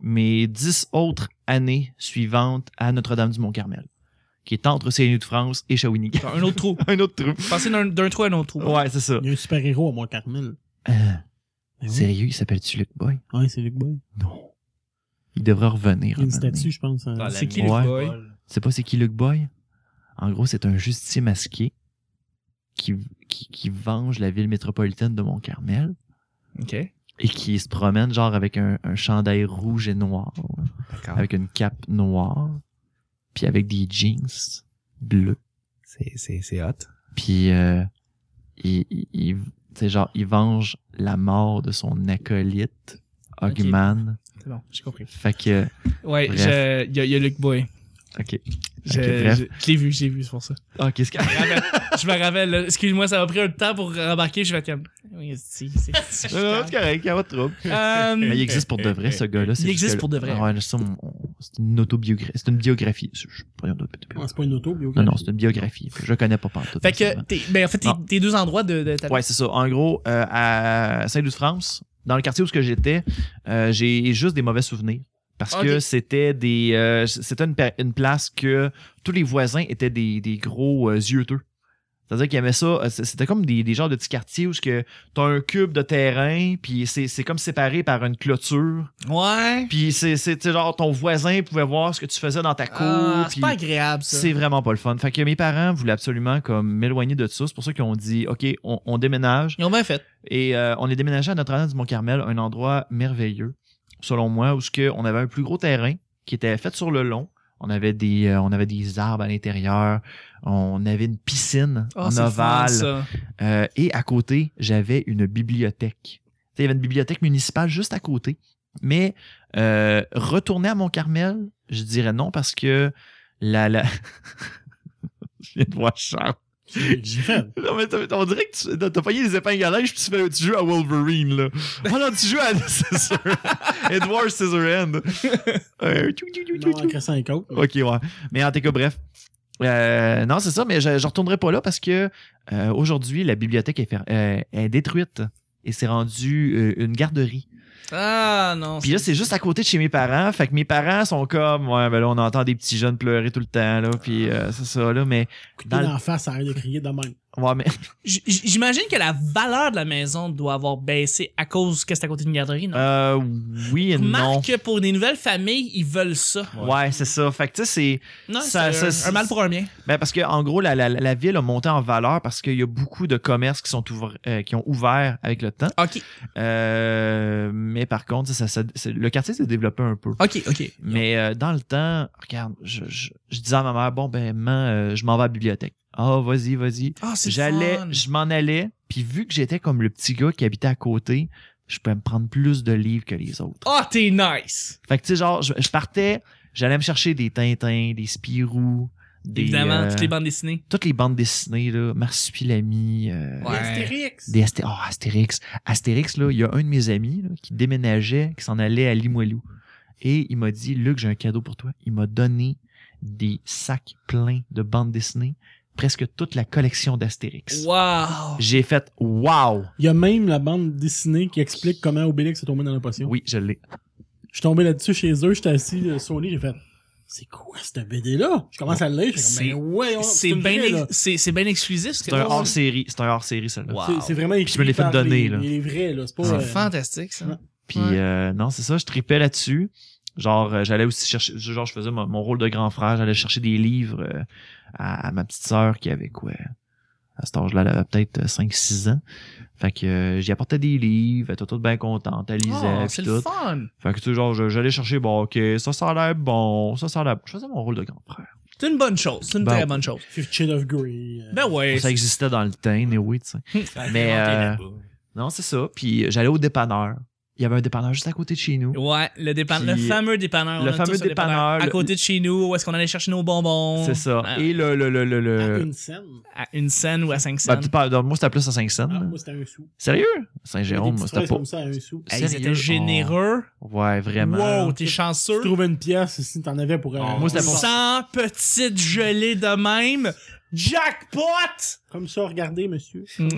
S3: mes dix autres années suivantes à Notre-Dame-du-Mont-Carmel, qui est entre Saint-Louis de France et Shawinigan.
S1: Un autre trou.
S3: un autre trou.
S1: Passer d'un d'un trou à un autre trou.
S3: Ouais, c'est ça.
S5: Il y a un super-héros à Mont-Carmel.
S3: Euh,
S5: Ben oui.
S3: sérieux, il s'appelle-tu Luc Boy?
S5: Ouais, c'est Luc Boy.
S3: Non. Il devrait revenir.
S5: Il y a une
S3: un moment donné.
S5: statue, je pense.
S2: Dans
S5: euh,
S2: la
S1: C'est qui
S2: mine.
S1: le
S3: Ouais.
S1: boy?
S3: Tu sais pas c'est qui Luke Boy? En gros, c'est un justicier masqué qui, qui, qui venge la ville métropolitaine de Mont-Carmel
S1: Ok.
S3: et qui se promène genre avec un, un chandail rouge et noir,
S1: D'accord.
S3: avec une cape noire, puis avec des jeans bleus.
S1: C'est hot.
S3: Puis euh, il, il, il- tu sais, genre, il venge la mort de son acolyte, Hogman.
S1: C'est bon, j'ai compris.
S3: Fait que...
S1: Ouais,
S3: Bref.
S1: je- il y, a- il y a Luke Boy.
S3: OK.
S1: Je,
S3: Ok, bref.
S1: je- je l'ai vu, j'ai vu, c'est pour ça.
S3: Ah, qu'est-ce que...
S1: Je me rappelle, là. excuse-moi, ça m'a pris un temps pour embarquer, je vais être comme. Oui, c'est c'est- c'est-
S3: Non, c'est correct, il y a pas de trouble.
S1: Euh,
S3: Mais il existe pour de vrai, ce gars-là. c'est
S1: Il
S3: juste
S1: existe
S3: que-
S1: pour de vrai.
S3: Ah ouais, ça, on- on- c'est une autobiographie. C'est une biographie. Je- je- pas une autobiographie.
S5: Ah, c'est pas une auto,
S3: Non, non, c'est une biographie. Je le connais pas partout.
S1: Fait que, t'es- ben, en fait, t'es
S3: Non.
S1: t'es deux endroits de, de ta
S3: Ouais, c'est ça. En gros, euh, à Saint-Louis-France, dans le quartier où ce que j'étais, euh, j'ai juste des mauvais souvenirs. Parce
S1: Ok.
S3: que c'était des euh, c'était une, pa- une place que tous les voisins étaient des, des gros euh, yeux-teux. C'est-à-dire qu'ils aimaient ça. euh, c- C'était comme des, des genres de petits quartiers où ce que t'as un cube de terrain, puis c'est c'est comme séparé par une clôture.
S1: Ouais.
S3: Puis c'est c'est- tu sais, genre ton voisin pouvait voir ce que tu faisais dans ta cour.
S1: Ah, c'est
S3: puis-
S1: pas agréable, ça.
S3: c'est vraiment pas le fun. Fait que mes parents voulaient absolument comme m'éloigner de ça. C'est pour ça qu'ils ont dit OK, on, on déménage.
S1: Ils ont bien fait.
S3: Et euh, on est déménagé à Notre-Dame du Mont-Carmel, un endroit merveilleux, selon moi, où ce que on avait un plus gros terrain qui était fait sur le long. On avait des, euh, on avait des arbres à l'intérieur. On avait une piscine
S1: Ah,
S3: en
S1: c'est le fun,
S3: ovale.
S1: ça.
S3: Euh, et à côté, j'avais une bibliothèque. Tu sais, Il y avait une bibliothèque municipale juste à côté. Mais euh, retourner à Mont-Carmel, je dirais non parce que la. la... je viens de voir Charles.
S5: J'ai fait.
S3: Non, mais t'as- on dirait que tu, t'as- t'as pogné les épingles à linge puis tu, fais, tu joues à Wolverine, là. Oh non, tu joues à Scissor... Edward Scissorhand. Euh, tchou, tchou, tchou, tchou,
S5: Non,
S3: tchou.
S5: en cressant les côtes.
S3: Ok, ouais. Mais en tout cas, bref. Euh, non, c'est ça, mais je, je retournerai pas là parce que euh, aujourd'hui, la bibliothèque est, fer- euh, est détruite et c'est rendu euh, une garderie.
S1: Ah, non.
S3: Puis là, c'est juste à côté de chez mes parents. Fait que mes parents sont comme, ouais, ben là, on entend des petits jeunes pleurer tout le temps, là. Puis euh, c'est ça, là. Mais,
S5: Coupé
S3: Dans
S5: dans
S3: le-
S5: la face, arrête de crier de même.
S3: ouais, mais
S1: J- j- J'imagine que la valeur de la maison doit avoir baissé à cause que c'est à côté d'une garderie, non?
S3: euh, oui et non.
S1: Remarque que pour des nouvelles familles, ils veulent ça.
S3: Ouais, c'est ça. Fait que tu sais, c'est.
S1: Non,
S3: Ça-
S1: c'est
S3: ça-
S1: un, un mal pour un bien.
S3: Ben parce que en gros, la, la, la ville a monté en valeur parce qu'il y a beaucoup de commerces qui, sont ouvr- euh, qui ont ouvert avec le temps.
S1: OK,
S3: Euh, mais par contre, ça, ça- c'est- le quartier s'est développé un peu.
S1: OK, OK.
S3: Mais euh, dans le temps, regarde, je, je- je disais à ma mère, bon, ben, maman, euh, je m'en vais à la bibliothèque. Ah, vas-y, vas-y.
S1: Ah, c'est
S3: J'allais,
S1: fun.
S3: je m'en allais, puis vu que j'étais comme le petit gars qui habitait à côté, je pouvais me prendre plus de livres que les autres.
S1: Ah, t'es nice!
S3: Fait que, tu sais, genre, je, je partais, j'allais me chercher des Tintins, des Spirou, des.
S1: Évidemment,
S3: euh,
S1: toutes les bandes dessinées.
S3: toutes les bandes dessinées, là, Marsupilami, euh,
S1: Ouais.
S5: Astérix.
S3: des Asté- oh, Astérix. Astérix, là, il y a un de mes amis là, qui déménageait, qui s'en allait à Limoilou. Et il m'a dit, Luc, j'ai un cadeau pour toi. Il m'a donné des sacs pleins de bandes dessinées, presque toute la collection d'Astérix.
S1: Wow!
S3: J'ai fait, wow!
S5: Il y a même la bande dessinée qui explique comment Obélix est tombé dans la potion.
S3: Oui, je l'ai.
S5: Je suis tombé là-dessus chez eux, j'étais assis euh, sur le lit, j'ai fait C'est quoi cette BD-là? Je commence à le lire, je
S1: C'est-
S5: fais comme, ben ouais, on-
S1: C'est
S5: une vraie,
S1: bien
S5: là.
S1: c'est c'est bien exclusif. ce que-
S3: C'est un hors-série. C'est un hors-série, celle-là.
S1: Wow.
S5: C'est- C'est vraiment
S3: Puis je me l'ai fait
S5: écrit par
S3: donner,
S5: les-
S3: là.
S5: Il est vrai, là. C'est pas.
S1: C'est
S5: euh,
S1: fantastique, ça.
S3: Puis
S1: Ouais.
S3: euh, non, c'est ça, je tripais là-dessus. Genre, euh, j'allais aussi chercher, genre, je faisais mon, mon rôle de grand frère, j'allais chercher des livres euh, à, à ma petite sœur qui avait quoi? À cet âge-là, elle avait peut-être 5-6 ans. Fait que euh, j'y apportais des livres, elle était toute bien contente, elle lisait,
S1: Ah,
S3: puis
S1: c'est
S3: tout.
S1: le fun!
S3: Fait que tu sais, genre, je- j'allais chercher, bon, ok, ça, ça a l'air bon, ça, ça a l'air bon. Je faisais mon rôle de grand frère.
S1: C'est une bonne chose. C'est une
S3: Bon.
S1: très bonne chose.
S5: Fifty Shades of Grey. euh,
S1: Ben ouais.
S3: Ça existait dans le temps, et oui, tu sais. Mais, euh, Non, c'est ça. Puis euh, j'allais au dépanneur. Il y avait un dépanneur juste à côté de chez nous.
S1: Ouais, le, dépan-
S3: Puis-
S1: le fameux dépanneur.
S3: le
S1: on a
S3: fameux
S1: tous un
S3: dépanneur,
S1: À
S3: le-
S1: côté de chez nous, où est-ce qu'on allait chercher nos bonbons.
S3: C'est ça.
S1: Ah.
S3: Et le... le, le, le, le-
S5: à une scène.
S1: À une scène ou à cinq
S3: Ben,
S1: scènes.
S3: peut-être pas- non, moi, c'était plus à 5 cents.
S5: Ah, moi, c'était un sou.
S3: Sérieux?
S5: Des
S3: Saint-Jérôme,
S5: petites
S3: c'était
S5: fraises
S3: pas.
S5: comme ça à un sou.
S1: Hey, ils
S3: Sérieux?
S1: étaient généreux.
S3: Oh, Ouais, vraiment.
S1: Wow, t'es
S5: Tu
S1: chanceux.
S5: trouvais une pièce si t'en avais pour. euh,
S2: Ah,
S3: moi, c'était pour-
S1: 100 petites gelées de même. Jackpot!
S5: Comme ça, regardez, monsieur.
S3: Mm.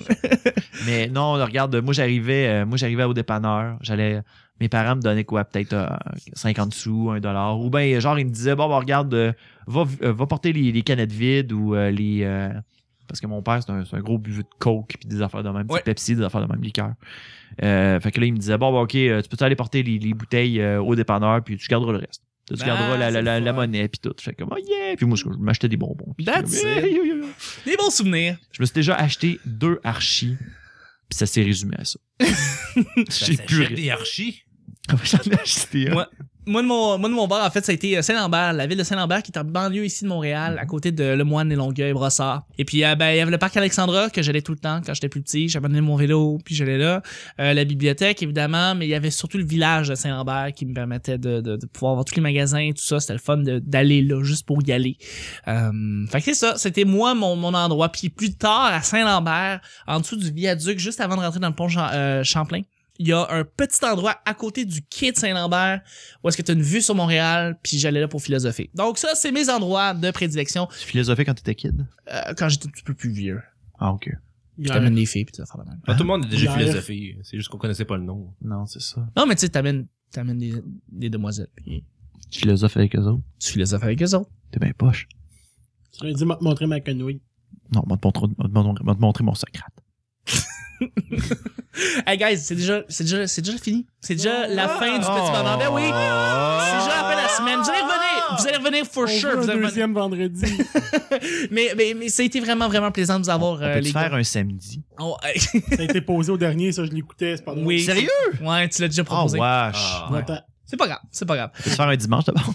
S3: Mais non, regarde, moi j'arrivais, euh, moi j'arrivais au dépanneur, j'allais mes parents me donnaient quoi peut-être euh, 50 sous, 1 dollar ou ben genre ils me disaient bon ben, regarde euh, va euh, va porter les, les canettes vides ou euh, les euh, parce que mon père c'est un, c'est un gros buveur de coke puis des affaires de même, puis
S1: Ouais.
S3: de Pepsi, des affaires de même liqueur. Euh, fait que là il me disait bon ben, OK, euh, tu peux aller porter les, les bouteilles euh, au dépanneur puis tu garderas le reste. Tu
S1: Ben,
S3: garderas la, la,
S1: c'est
S3: la,
S1: le
S3: la
S1: fun.
S3: monnaie puis tout. Fait comme oh, yeah, puis moi je je m'achetais des bonbons. Puis,
S1: That's
S3: euh,
S1: it. Des bons souvenirs.
S3: je me suis déjà acheté deux archis, puis ça s'est résumé à ça. J'ai
S2: j'ai
S3: plus
S2: plus
S3: ri-
S2: des archis.
S3: J'en ai acheté un.
S1: Moi- moi, de mon, moi, de mon bar, en fait, ça a été euh, Saint-Lambert, la ville de Saint-Lambert, qui est en banlieue ici de Montréal, à côté de Lemoine et Longueuil, Brossard. Et puis, euh, ben, il y avait le parc Alexandra que j'allais tout le temps quand j'étais plus petit. J'amenais mon vélo, puis j'allais là. Euh, la bibliothèque, évidemment, mais il y avait surtout le village de Saint-Lambert qui me permettait de, de, de pouvoir voir tous les magasins et tout ça. C'était le fun de- d'aller là, juste pour y aller. Euh, fait que c'est ça, c'était moi, mon, mon endroit. Puis plus tard, à Saint-Lambert, en dessous du viaduc, juste avant de rentrer dans le pont Cham- euh, Champlain, il y a un petit endroit à côté du quai de Saint-Lambert où est-ce que tu as une vue sur Montréal, puis j'allais là pour philosopher. Donc ça, c'est mes endroits de prédilection
S3: Tu philosophais quand t'étais kid?
S1: euh, quand j'étais un petit peu plus vieux.
S3: Ah, ok.
S1: Je t'amène les filles, puis tu vas faire la même.
S2: Pas tout le monde a déjà
S5: Hier.
S2: philosophé. C'est juste qu'on connaissait pas le nom.
S3: Non, c'est ça.
S1: Non, mais tu sais, t'amènes, t'amènes des, des demoiselles, puis
S3: Tu philosophes avec eux autres?
S1: tu philosophes avec eux autres.
S3: T'es bien poche.
S5: Tu aurais dit m'a- montrer ma quenouille.
S3: Non, on va te montrer, on va te montrer- on va te montrer mon Socrate.
S1: Hey guys, c'est déjà, c'est déjà, c'est déjà fini. C'est déjà la
S3: Ah!
S1: fin du petit moment. Ben oui!
S3: Oh!
S1: C'est déjà la fin de la semaine. Vous allez
S3: Ah!
S1: revenir. Vous allez revenir for
S5: On
S1: sure.
S5: veut
S1: Vous
S5: un
S1: allez revenir.
S5: deuxième vendredi.
S1: Mais, mais, mais ça a été vraiment, vraiment plaisant de vous
S3: On
S1: avoir, euh,
S3: peut
S1: les
S3: faire
S1: gars.
S3: un samedi?
S1: Oh,
S5: ça a été posé au dernier, ça, je l'écoutais. c'est pas drôle.
S1: oui.
S3: Sérieux?
S1: Ouais, tu l'as déjà
S3: Oh,
S1: proposé.
S3: wesh.
S2: Ah, ouais.
S5: Longtemps.
S1: C'est pas grave, c'est pas grave.
S3: On peut se faire un dimanche d'abord.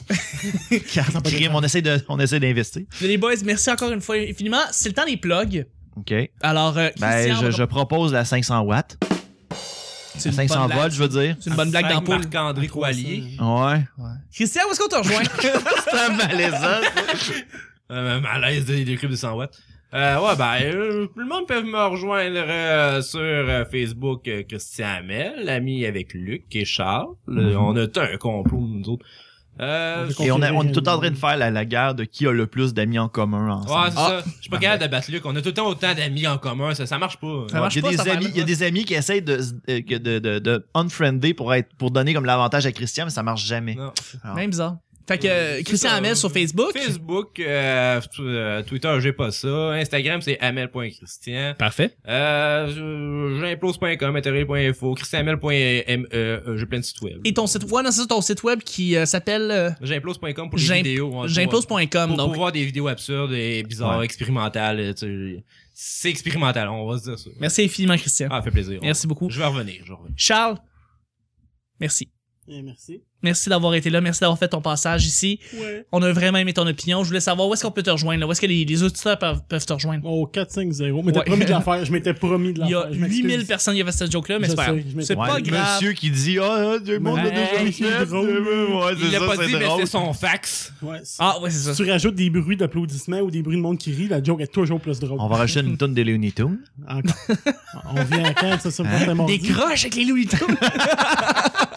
S3: Crime, on essaie de, on essaie d'investir.
S1: Mais Les boys, merci encore une fois infiniment. C'est le temps des plugs.
S3: OK.
S1: Alors, euh,
S3: Ben,
S1: Christian,
S3: je,
S1: on
S3: je
S1: va-
S3: propose la 500 watts.
S1: c'est
S3: La
S1: une bonne
S3: 500
S1: blague.
S3: volts, je veux dire.
S1: C'est une bonne blague d'ampoule.
S2: Marc-André Coallier.
S3: Ouais.
S1: Christian, où est-ce qu'on te rejoint?
S3: C'est malaisant.
S2: Euh, malaise des, des clubs de 100 watts. Euh, ouais, ben, euh, tout le monde peut me rejoindre euh, sur euh, Facebook euh, Christian Hamel, ami avec Luc et Charles.
S1: Mm-hmm.
S2: Euh, On a un complot, nous autres. Euh,
S5: On est
S3: Et on, a- on est tout le temps en train de faire la, la guerre de qui a le plus d'amis en commun
S2: ouais,
S3: ensemble.
S2: c'est
S1: Ah.
S2: ça. Je suis pas capable de battre Luc. On a tout le temps autant d'amis en commun. Ça, ça marche pas.
S1: Ça marche
S3: il y a
S1: pas,
S3: des
S1: cette
S3: amis, il y a
S1: affaire-là.
S3: des amis qui essayent de, euh, que de, de, de unfriender pour être, pour donner comme l'avantage à Christian, mais ça marche jamais.
S2: Non.
S1: Même bizarre. Fait que euh,
S2: C'est
S1: Christian
S2: ça.
S1: Hamel sur Facebook.
S2: Facebook, euh, tu- euh, Twitter, j'ai pas ça. Instagram, c'est amel.christian.
S1: Parfait.
S2: Euh, je- j'implose.com, intérêt.info, christianamel.me, euh, j'ai plein de sites web.
S1: Et ton site, ouais, non, c'est ça, ton site web qui euh, s'appelle euh,
S2: J'implose.com pour les
S1: J'im-
S2: vidéos. hein, pour-
S1: j'implose.com.
S2: Pour, pour
S1: Donc,
S2: voir des vidéos absurdes et bizarres, expérimentales. euh, tu sais, C'est expérimental, on va se dire ça.
S1: merci infiniment, Christian.
S2: Ah, fait plaisir.
S1: Merci beaucoup.
S2: Je vais revenir, je vais revenir.
S1: Charles, merci.
S5: Eh, Merci.
S1: Merci d'avoir été là. Merci d'avoir fait ton passage ici.
S5: Ouais.
S1: On a vraiment aimé ton opinion. Je voulais savoir où est-ce qu'on peut te rejoindre. là? Où est-ce que les, les auditeurs peuvent, peuvent te rejoindre?
S5: Oh, 4-5-0. Je m'étais
S1: Ouais.
S5: promis de la faire. Je m'étais promis de la
S1: Il y a
S5: faire. je m'excuse.
S1: 8000 personnes qui ont fait cette joke-là, mais
S5: Je
S1: c'est pas
S5: sais,
S1: grave.
S5: je m'excuse.
S1: C'est
S3: Ouais,
S1: pas
S3: le
S1: grave.
S3: Monsieur qui dit, ah, Dieu, le monde a
S5: Ouais,
S3: déjà
S5: c'est
S3: fait.
S5: drôle.
S3: Ouais, c'est
S2: Il l'a
S3: ça,
S2: pas
S3: c'est
S2: dit, mais
S3: drôle.
S2: c'était son fax.
S5: Ouais, si
S1: Ah, ouais, c'est ça.
S5: tu rajoutes des bruits d'applaudissements ou des bruits de monde qui rit, la joke est toujours plus drôle.
S3: On va rajouter une tonne de Looney Tunes.
S5: Encore. on vient à quand, ça, ça,
S3: Hein?
S5: c'est
S1: Des
S5: mordi.
S1: croches avec les Louis Vuitton.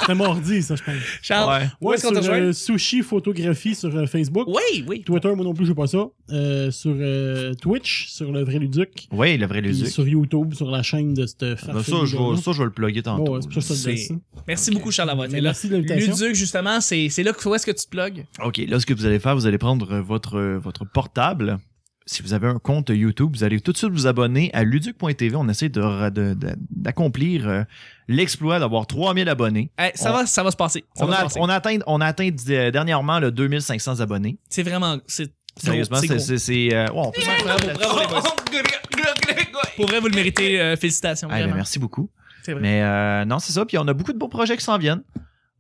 S5: C'est mordi, ça, je pense.
S1: Charles, où
S5: Ouais,
S1: est-ce qu'on
S5: sur
S1: te
S5: euh,
S1: rejoint?
S5: Sushi Photographie sur euh, Facebook.
S1: Oui, oui.
S5: Twitter, moi non plus, je pas ça. Euh, sur euh, Twitch, sur le vrai Luduc.
S3: Oui, le vrai
S5: Puis
S3: Luduc.
S5: sur YouTube, sur la chaîne de cette
S3: Ben,
S5: farfelue
S3: ça, je
S5: gars-là.
S3: vais, ça, je vais le plugger tantôt.
S5: Ouais, c'est pour ça que je te le dis, ça.
S1: Merci beaucoup, Charles, d'avoir été
S5: Mais
S1: là.
S5: Merci de l'invitation.
S1: Luduc, justement, c'est c'est là que, où est-ce que tu te plugues?
S3: OK, là, ce que vous allez faire, vous allez prendre euh, votre, euh, votre portable. Si vous avez un compte YouTube, vous allez tout de suite vous abonner à luduc.tv. On essaie d'accomplir de, de- d'accomplir euh, l'exploit d'avoir 3000 abonnés.
S1: Eh, ça,
S3: On-
S1: va, ça va se passer. Ça
S3: On
S1: va se
S3: a,
S1: passer.
S3: on a atteint, on a atteint euh, dernièrement le 2500 abonnés.
S1: C'est vraiment. c'est-
S3: Sérieusement,
S1: c'est
S3: c'est...
S1: gros.
S3: c'est- c'est, euh, ouais, on peut s'en
S1: Bravo,
S3: prendre là-dessus.
S1: bravo, les boys. Pour vrai, vous le méritez. euh, félicitations.
S3: Ah, ben,
S1: vraiment.
S3: merci beaucoup.
S1: C'est vrai.
S3: Mais euh, non, c'est ça. Puis on a beaucoup de beaux projets qui s'en viennent.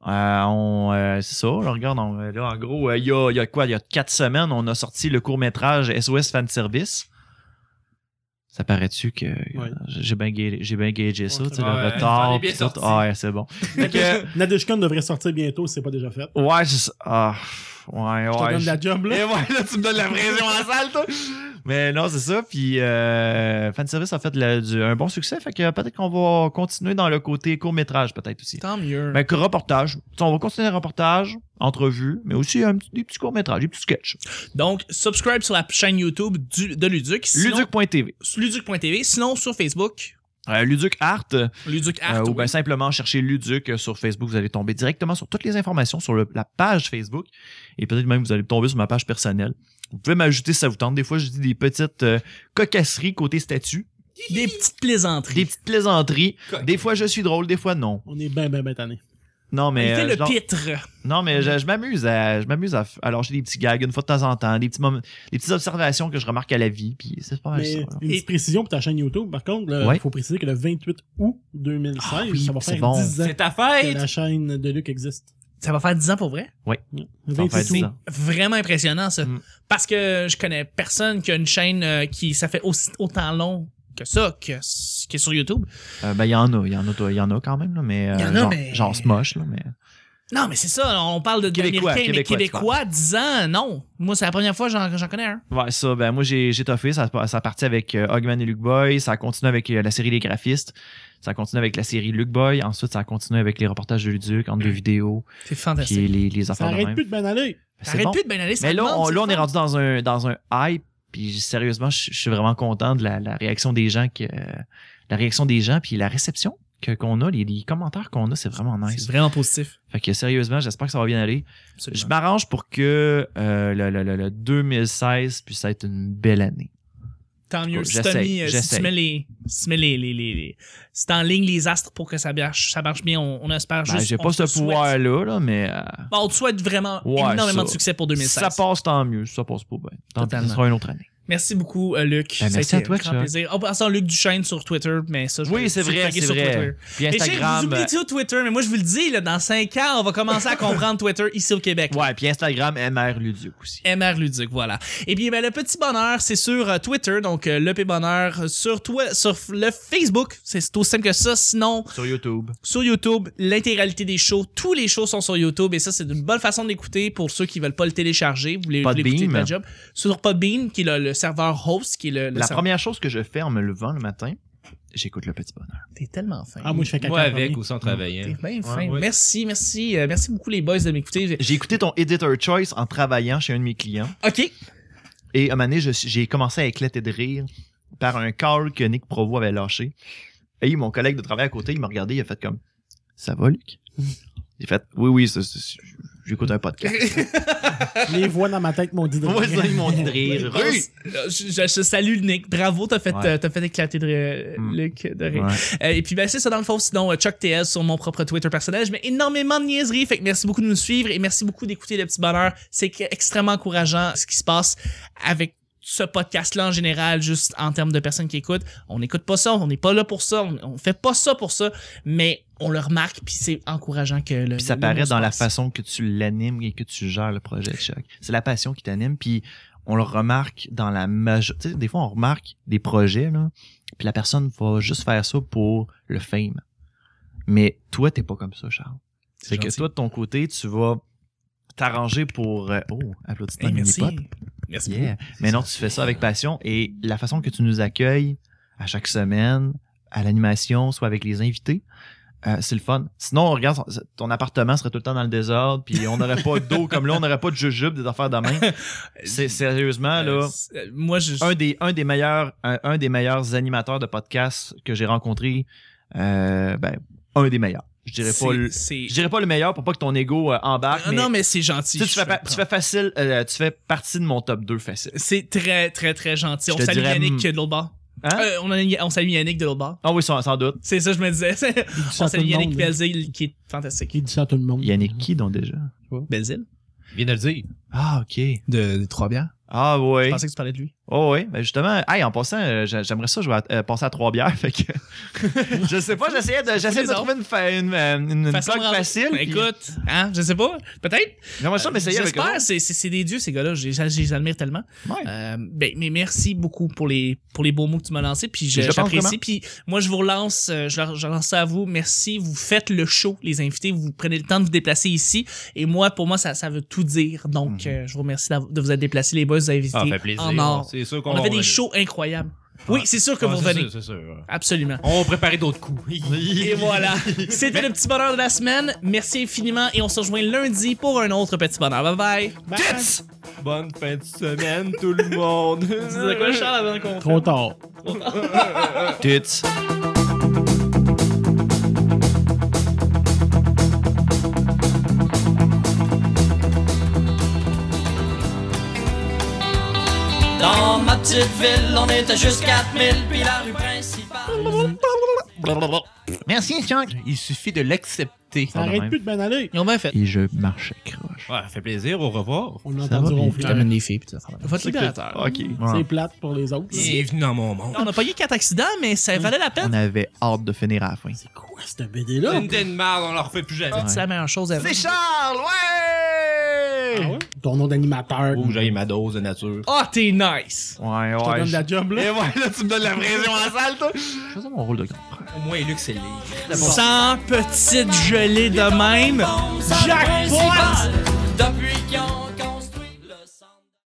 S3: Euh, on, euh, c'est ça, là, regarde, on- là, en gros, euh, il y, a, il y a quoi, il y a quatre semaines, on a sorti le court-métrage SOS Fan Service. Ça paraît-tu que j'ai bien gagé, j'ai bien gagé ça,
S5: Ouais,
S3: tu sais, le
S2: ouais, on est
S3: retard.
S2: bien
S3: pis tout.
S2: sorti.
S3: Ah, ouais, c'est bon. Fait que-
S5: Nadeshkon devrait sortir bientôt si c'est pas déjà fait.
S3: ouais, c'est ça. Ah, ouais,
S5: Je te
S3: ouais,
S5: donne
S3: je-
S5: la job, là.
S3: et ouais, là, tu me donnes la pression en salle, toi. Mais non, c'est ça. Puis, euh, fanservice a fait le- du- un bon succès. Fait que peut-être qu'on va continuer dans le côté court-métrage, peut-être aussi.
S1: Tant mieux.
S3: Mais que reportage. Tu sais, on va continuer le reportage, entrevue, mais aussi un petit- des petits courts-métrages, des petits sketchs.
S1: Donc, subscribe sur la chaîne YouTube du, de Luduc. Sinon-
S3: Luduc.tv.
S1: Luduc.tv. Sinon, sur Facebook,
S3: Euh, Luduc Art, euh,
S1: Luduc Art.
S3: ou bien
S1: oui.
S3: simplement chercher Luduc euh, sur Facebook. Vous allez tomber directement sur toutes les informations sur le- la page Facebook. Et peut-être même vous allez tomber sur ma page personnelle. Vous pouvez m'ajouter si ça vous tente. Des fois, je dis des petites euh, cocasseries côté statut.
S1: Des petites plaisanteries.
S3: des petites plaisanteries.
S2: Coq.
S3: Des fois, je suis drôle, des fois, non.
S5: On est ben, ben, ben tanné.
S3: Non, mais.
S1: Il fait
S3: euh,
S1: le
S3: je-
S1: pitre.
S3: non, mais je, je m'amuse à. Je m'amuse à. f- Alors, j'ai des petits gags une fois de temps en temps, des, petits moments- des petites observations que je remarque à la vie, puis c'est pas mal
S5: Mais
S3: ça.
S5: une
S3: là.
S5: petite précision pour ta chaîne YouTube, par contre, il
S3: Ouais.
S5: faut préciser que le 28 août 2016,
S3: Ah oui,
S5: ça va
S3: c'est
S5: faire
S3: bon.
S5: 10 ans
S2: C'est ta
S5: que la
S2: fête!
S5: chaîne de Luc existe.
S1: Ça va faire 10 ans pour vrai?
S3: Ça va faire 10 ans.
S1: Vraiment impressionnant, ça.
S3: Mm.
S1: Parce que je connais personne qui a une chaîne euh, qui, ça fait aussi, autant long que ça, que, ce qui est sur YouTube.
S3: Euh, ben, il y en a, il y en a, toi, il y en a quand même, là, mais, euh,
S1: Il y en a,
S3: genre,
S1: mais-
S3: genre Smosh, là, mais.
S1: Non, mais c'est ça, on parle de
S3: Québécois,
S1: d'Américains, mais
S3: Québécois,
S1: Québécois, 10 ans, non. Moi, c'est la première fois que j'en j'en connais un.
S3: Ouais, ça, ben, moi, j'ai, j'ai toffé, ça, ça partit avec euh, Hogman et Luke Boy, ça continue avec euh, la série Les Graphistes, ça continue avec la série Luke Boy, ensuite, ça continue avec les reportages de Luduc, entre deux vidéos,
S1: Ben, C'est
S3: puis
S1: fantastique.
S3: les, les affaires
S5: Ça
S3: de
S5: arrête
S3: même.
S5: plus de banaler.
S3: Ben, c'est
S1: Arrête
S3: bon.
S1: plus de banaliser.
S3: Mais
S1: ça
S3: là,
S1: demande,
S3: on,
S1: c'est
S3: là, on
S1: le
S3: est
S1: fun.
S3: rendu dans un, dans un hype, puis j- sérieusement, je je suis vraiment content de la, la réaction des gens, que, la réaction des gens, puis la réception que, qu'on a, les, les commentaires qu'on a, c'est vraiment
S1: C'est
S3: nice.
S1: vraiment positif.
S3: Fait que sérieusement, j'espère que ça va bien aller. Je
S1: Absolument.
S3: m'arrange pour que euh, le, le- le- le 2016 puisse être une belle année.
S1: Tant mieux. Si,
S3: j'essaie,
S1: t'as mis, euh, si
S3: j'essaie.
S1: tu mets les. Si tu mets les. les, les, les- si t'enlignes les astres pour que ça marche, ça marche bien, on, on espère
S3: Ben,
S1: juste.
S3: j'ai
S1: on
S3: pas
S1: te
S3: ce
S1: souhaite-
S3: pouvoir-là, là, mais euh,
S1: Bon, on te souhaite vraiment
S3: Ouais,
S1: énormément
S3: ça.
S1: de succès pour
S3: si
S1: 2016.
S3: ça passe, tant mieux. Si ça passe pas, ben, tant pis,
S1: Totalement.
S3: ça sera une autre année.
S1: Merci beaucoup, euh, Luc.
S3: Ben,
S1: Ça a
S3: merci
S1: été
S3: à toi,
S1: un grand
S3: Chuck.
S1: plaisir. En passant, Luc Duchesne sur Twitter, mais ça, je vais
S3: Oui, c'est
S1: vous
S3: vrai,
S1: taguer
S3: c'est
S1: sur Twitter.
S3: vrai. Puis
S1: Et Chuck, vous
S3: Instagram, euh,
S1: oubliez tout Twitter, mais moi, je vous le dis, là, dans 5 ans, on va commencer à comprendre Twitter ici au Québec.
S3: euh, ouais, puis Instagram, MR Luduc aussi.
S1: MR Ludique, voilà. Et bien, ben, le petit bonheur, c'est sur euh, Twitter, donc euh, le P bonheur euh, sur, toi, sur f- le Facebook, c'est c'est aussi simple que ça. Sinon,
S3: Sur YouTube.
S1: sur YouTube, l'intégralité des shows, tous les shows sont sur YouTube et ça, c'est une bonne façon de l'écouter pour ceux qui veulent pas le télécharger. Vous voulez vous
S3: Podbean.
S1: l'écoutez, pas de job. Sur Podbean, qui est le, le serveur host, qui est le, le
S3: La
S1: serveur-
S3: première chose que je fais en me levant le matin, j'écoute le petit bonheur.
S1: T'es tellement fin.
S5: Ah, moi, je fais caca.
S2: Moi, avec
S5: premier.
S2: ou sans travailler.
S1: T'es bien fin.
S2: ouais.
S1: Merci, merci. euh, merci beaucoup, les boys, de m'écouter.
S3: J'ai écouté ton Editor Choice en travaillant chez un de mes clients.
S1: OK.
S3: Et à un moment donné, je- j'ai commencé à éclater de rire par un call que Nick Provo avait lâché. Et mon collègue de travail à côté, il m'a regardé, il a fait comme Ça va, Luc J'ai fait Oui, oui, ça- ça- ça- j'écoute un podcast.
S5: Les voix dans ma tête m'ont dit de
S3: Moi,
S5: rien.
S3: ça, ils m'ont dit de rire. Rue!
S1: Euh, Je, je- je salue Nick. Bravo, t'as fait,
S3: Ouais.
S1: euh, t'as fait éclater de, rire,
S3: Mm.
S1: Luc de rire.
S3: Ouais.
S1: Euh, et puis, ben, c'est ça dans le fond. Sinon, euh, Chuck TL sur mon propre Twitter personnel. Je mets énormément de niaiseries. Fait que merci beaucoup de nous suivre et merci beaucoup d'écouter Le Petit Bonheur. C'est que- extrêmement encourageant ce qui se passe avec ce podcast-là en général, juste en termes de personnes qui écoutent. On n'écoute pas ça, on n'est pas là pour ça, on, on fait pas ça pour ça, mais on le remarque puis c'est encourageant que le.
S3: Puis ça
S1: le
S3: paraît
S1: monde
S3: dans
S1: se
S3: la
S1: passe.
S3: façon que tu l'animes et que tu gères le projet de choc. C'est la passion qui t'anime, puis on le remarque dans la majorité. Des fois, on remarque des projets, là, puis la personne va juste faire ça pour le fame. Mais toi, t'es pas comme ça, Charles.
S1: C'est
S3: C'est que
S1: gentil.
S3: toi, de ton côté, tu vas t'arranger pour... euh, oh, applaudissements
S1: Hey,
S3: de
S1: merci.
S3: Minipop.
S1: Merci beaucoup.
S3: Yeah. Mais non, tu fais ça avec passion et la façon que tu nous accueilles à chaque semaine, à l'animation, soit avec les invités, euh, c'est le fun. Sinon, on regarde, ton appartement serait tout le temps dans le désordre, puis on n'aurait pas d'eau comme là, on n'aurait pas de jujube, des affaires de main. C'est sérieusement là.
S1: Euh, c'est- moi, je.
S3: Un des, un, des meilleurs, un, un des meilleurs animateurs de podcast que j'ai rencontré, euh, ben, un des meilleurs. Je dirais pas,
S1: c'est-
S3: le,
S1: c'est-
S3: je dirais pas le meilleur pour pas que ton ego euh, embarque,
S1: Ah,
S3: mais,
S1: non, mais c'est gentil.
S3: tu, sais, tu
S1: je
S3: fais, pa-
S1: comprends.
S3: tu fais facile, euh, tu fais partie de mon top 2 facile.
S1: C'est très, très, très gentil.
S3: Je
S1: On
S3: te
S1: salue
S3: dirais,
S1: Yannick
S3: hmm.
S1: de l'autre bord.
S3: Hein?
S1: Euh, on, a- on salue Yannick de l'autre bord.
S3: Ah oui, sans, sans doute.
S1: C'est ça, je me disais.
S5: Il dit
S1: on
S5: ça à tout le
S1: salue Yannick
S5: monde, hein.
S1: Belzil, qui est fantastique.
S5: Il dit ça à tout le monde.
S3: Yannick qui donc déjà?
S1: Belzil?
S2: Viens de le dire.
S3: Ah ok.
S1: De, Trois-Bières.
S3: Ah
S1: Je
S3: oui.
S1: pensais que tu parlais de lui.
S3: Oh oui. Ben justement, hey, en passant, euh, j'a- j'aimerais ça jouer à- euh, passer à trois bières. Fait que je sais pas, j'essayais de, j'essayais de
S1: les
S3: trouver une, fa- une, euh, une, une
S1: Façon
S3: blague
S1: de-
S3: facile. puis-
S1: Écoute, hein, je sais pas. Peut-être.
S3: J'aimerais ça m'essayer avec
S1: J'espère. C'est c'est- c'est des dieux, ces gars-là. Je les je les admire tellement.
S3: Ouais.
S1: Euh, ben, mais merci beaucoup pour les, pour les beaux mots que tu m'as lancés. Puis je-
S3: Je le pense
S1: j'apprécie.
S3: vraiment.
S1: Puis moi, je vous relance. euh, Je, je lance ça à vous. Merci. Vous faites le show, les invités. Vous prenez le temps de vous déplacer ici. Et moi, pour moi, ça, ça veut tout dire. Donc,
S3: Mhm.
S1: euh, je vous remercie d'av- de vous être déplacés, les boys, vous avez
S2: Ah,
S1: visités
S2: fait plaisir.
S1: en or.
S2: C'est sûr qu'on
S1: On a
S2: va
S1: fait des
S2: revenir.
S1: shows incroyables. Oui, c'est sûr que
S2: Ah,
S1: vous
S2: c'est
S1: revenez.
S2: sûr, C'est sûr.
S1: Absolument.
S2: On va préparer d'autres coups.
S1: Et voilà. C'était le petit bonheur de la semaine. Merci infiniment et on se rejoint lundi pour un autre petit bonheur. Bye bye.
S5: Bye.
S2: Bonne fin de semaine, tout le monde.
S1: Tu disais quoi, Charles, avant qu'on
S5: Trop tard.
S3: Tits.
S7: Dans ma petite ville, on était juste 4000, puis la rue principale.
S3: Merci, Chuck.
S6: Il suffit de l'accepter. accepter.
S5: Ça
S3: Pas de
S5: arrête
S3: même.
S5: plus de banaler.
S1: Ils ont bien fait.
S4: Et je marchais croche.
S2: Ouais, ça fait plaisir, au revoir.
S5: On a
S4: Ça va
S5: entendu
S4: bien.
S1: Ils
S5: ronfler.
S1: t'amènent les filles, pis tout ça. Votre libérateur.
S3: Ok.
S5: C'est plate pour les autres. là.
S2: Il est venu dans mon monde.
S1: On a payé quatre accidents, mais ça valait la peine.
S4: On avait hâte de finir à la fin.
S5: C'est quoi cette BD-là?
S2: Une de merde, on la refait plus jamais.
S1: C'est la meilleure chose à faire.
S3: Charles, ouais!
S5: Ah ouais? Ton nom d'animateur.
S2: Ou j'ai ma dose de nature.
S1: Ah, t'es nice!
S3: Ouais,
S5: Je te
S3: ouais.
S5: donne de la job, là.
S3: Et ouais, là, tu me donnes la pression à la salle, toi!
S4: Je faisais mon rôle de grand frère.
S2: Au moins, Luc, c'est le livre.
S1: 100 petites gelées de même.
S7: Jackpot!
S1: Jackpot!
S7: Depuis qu'on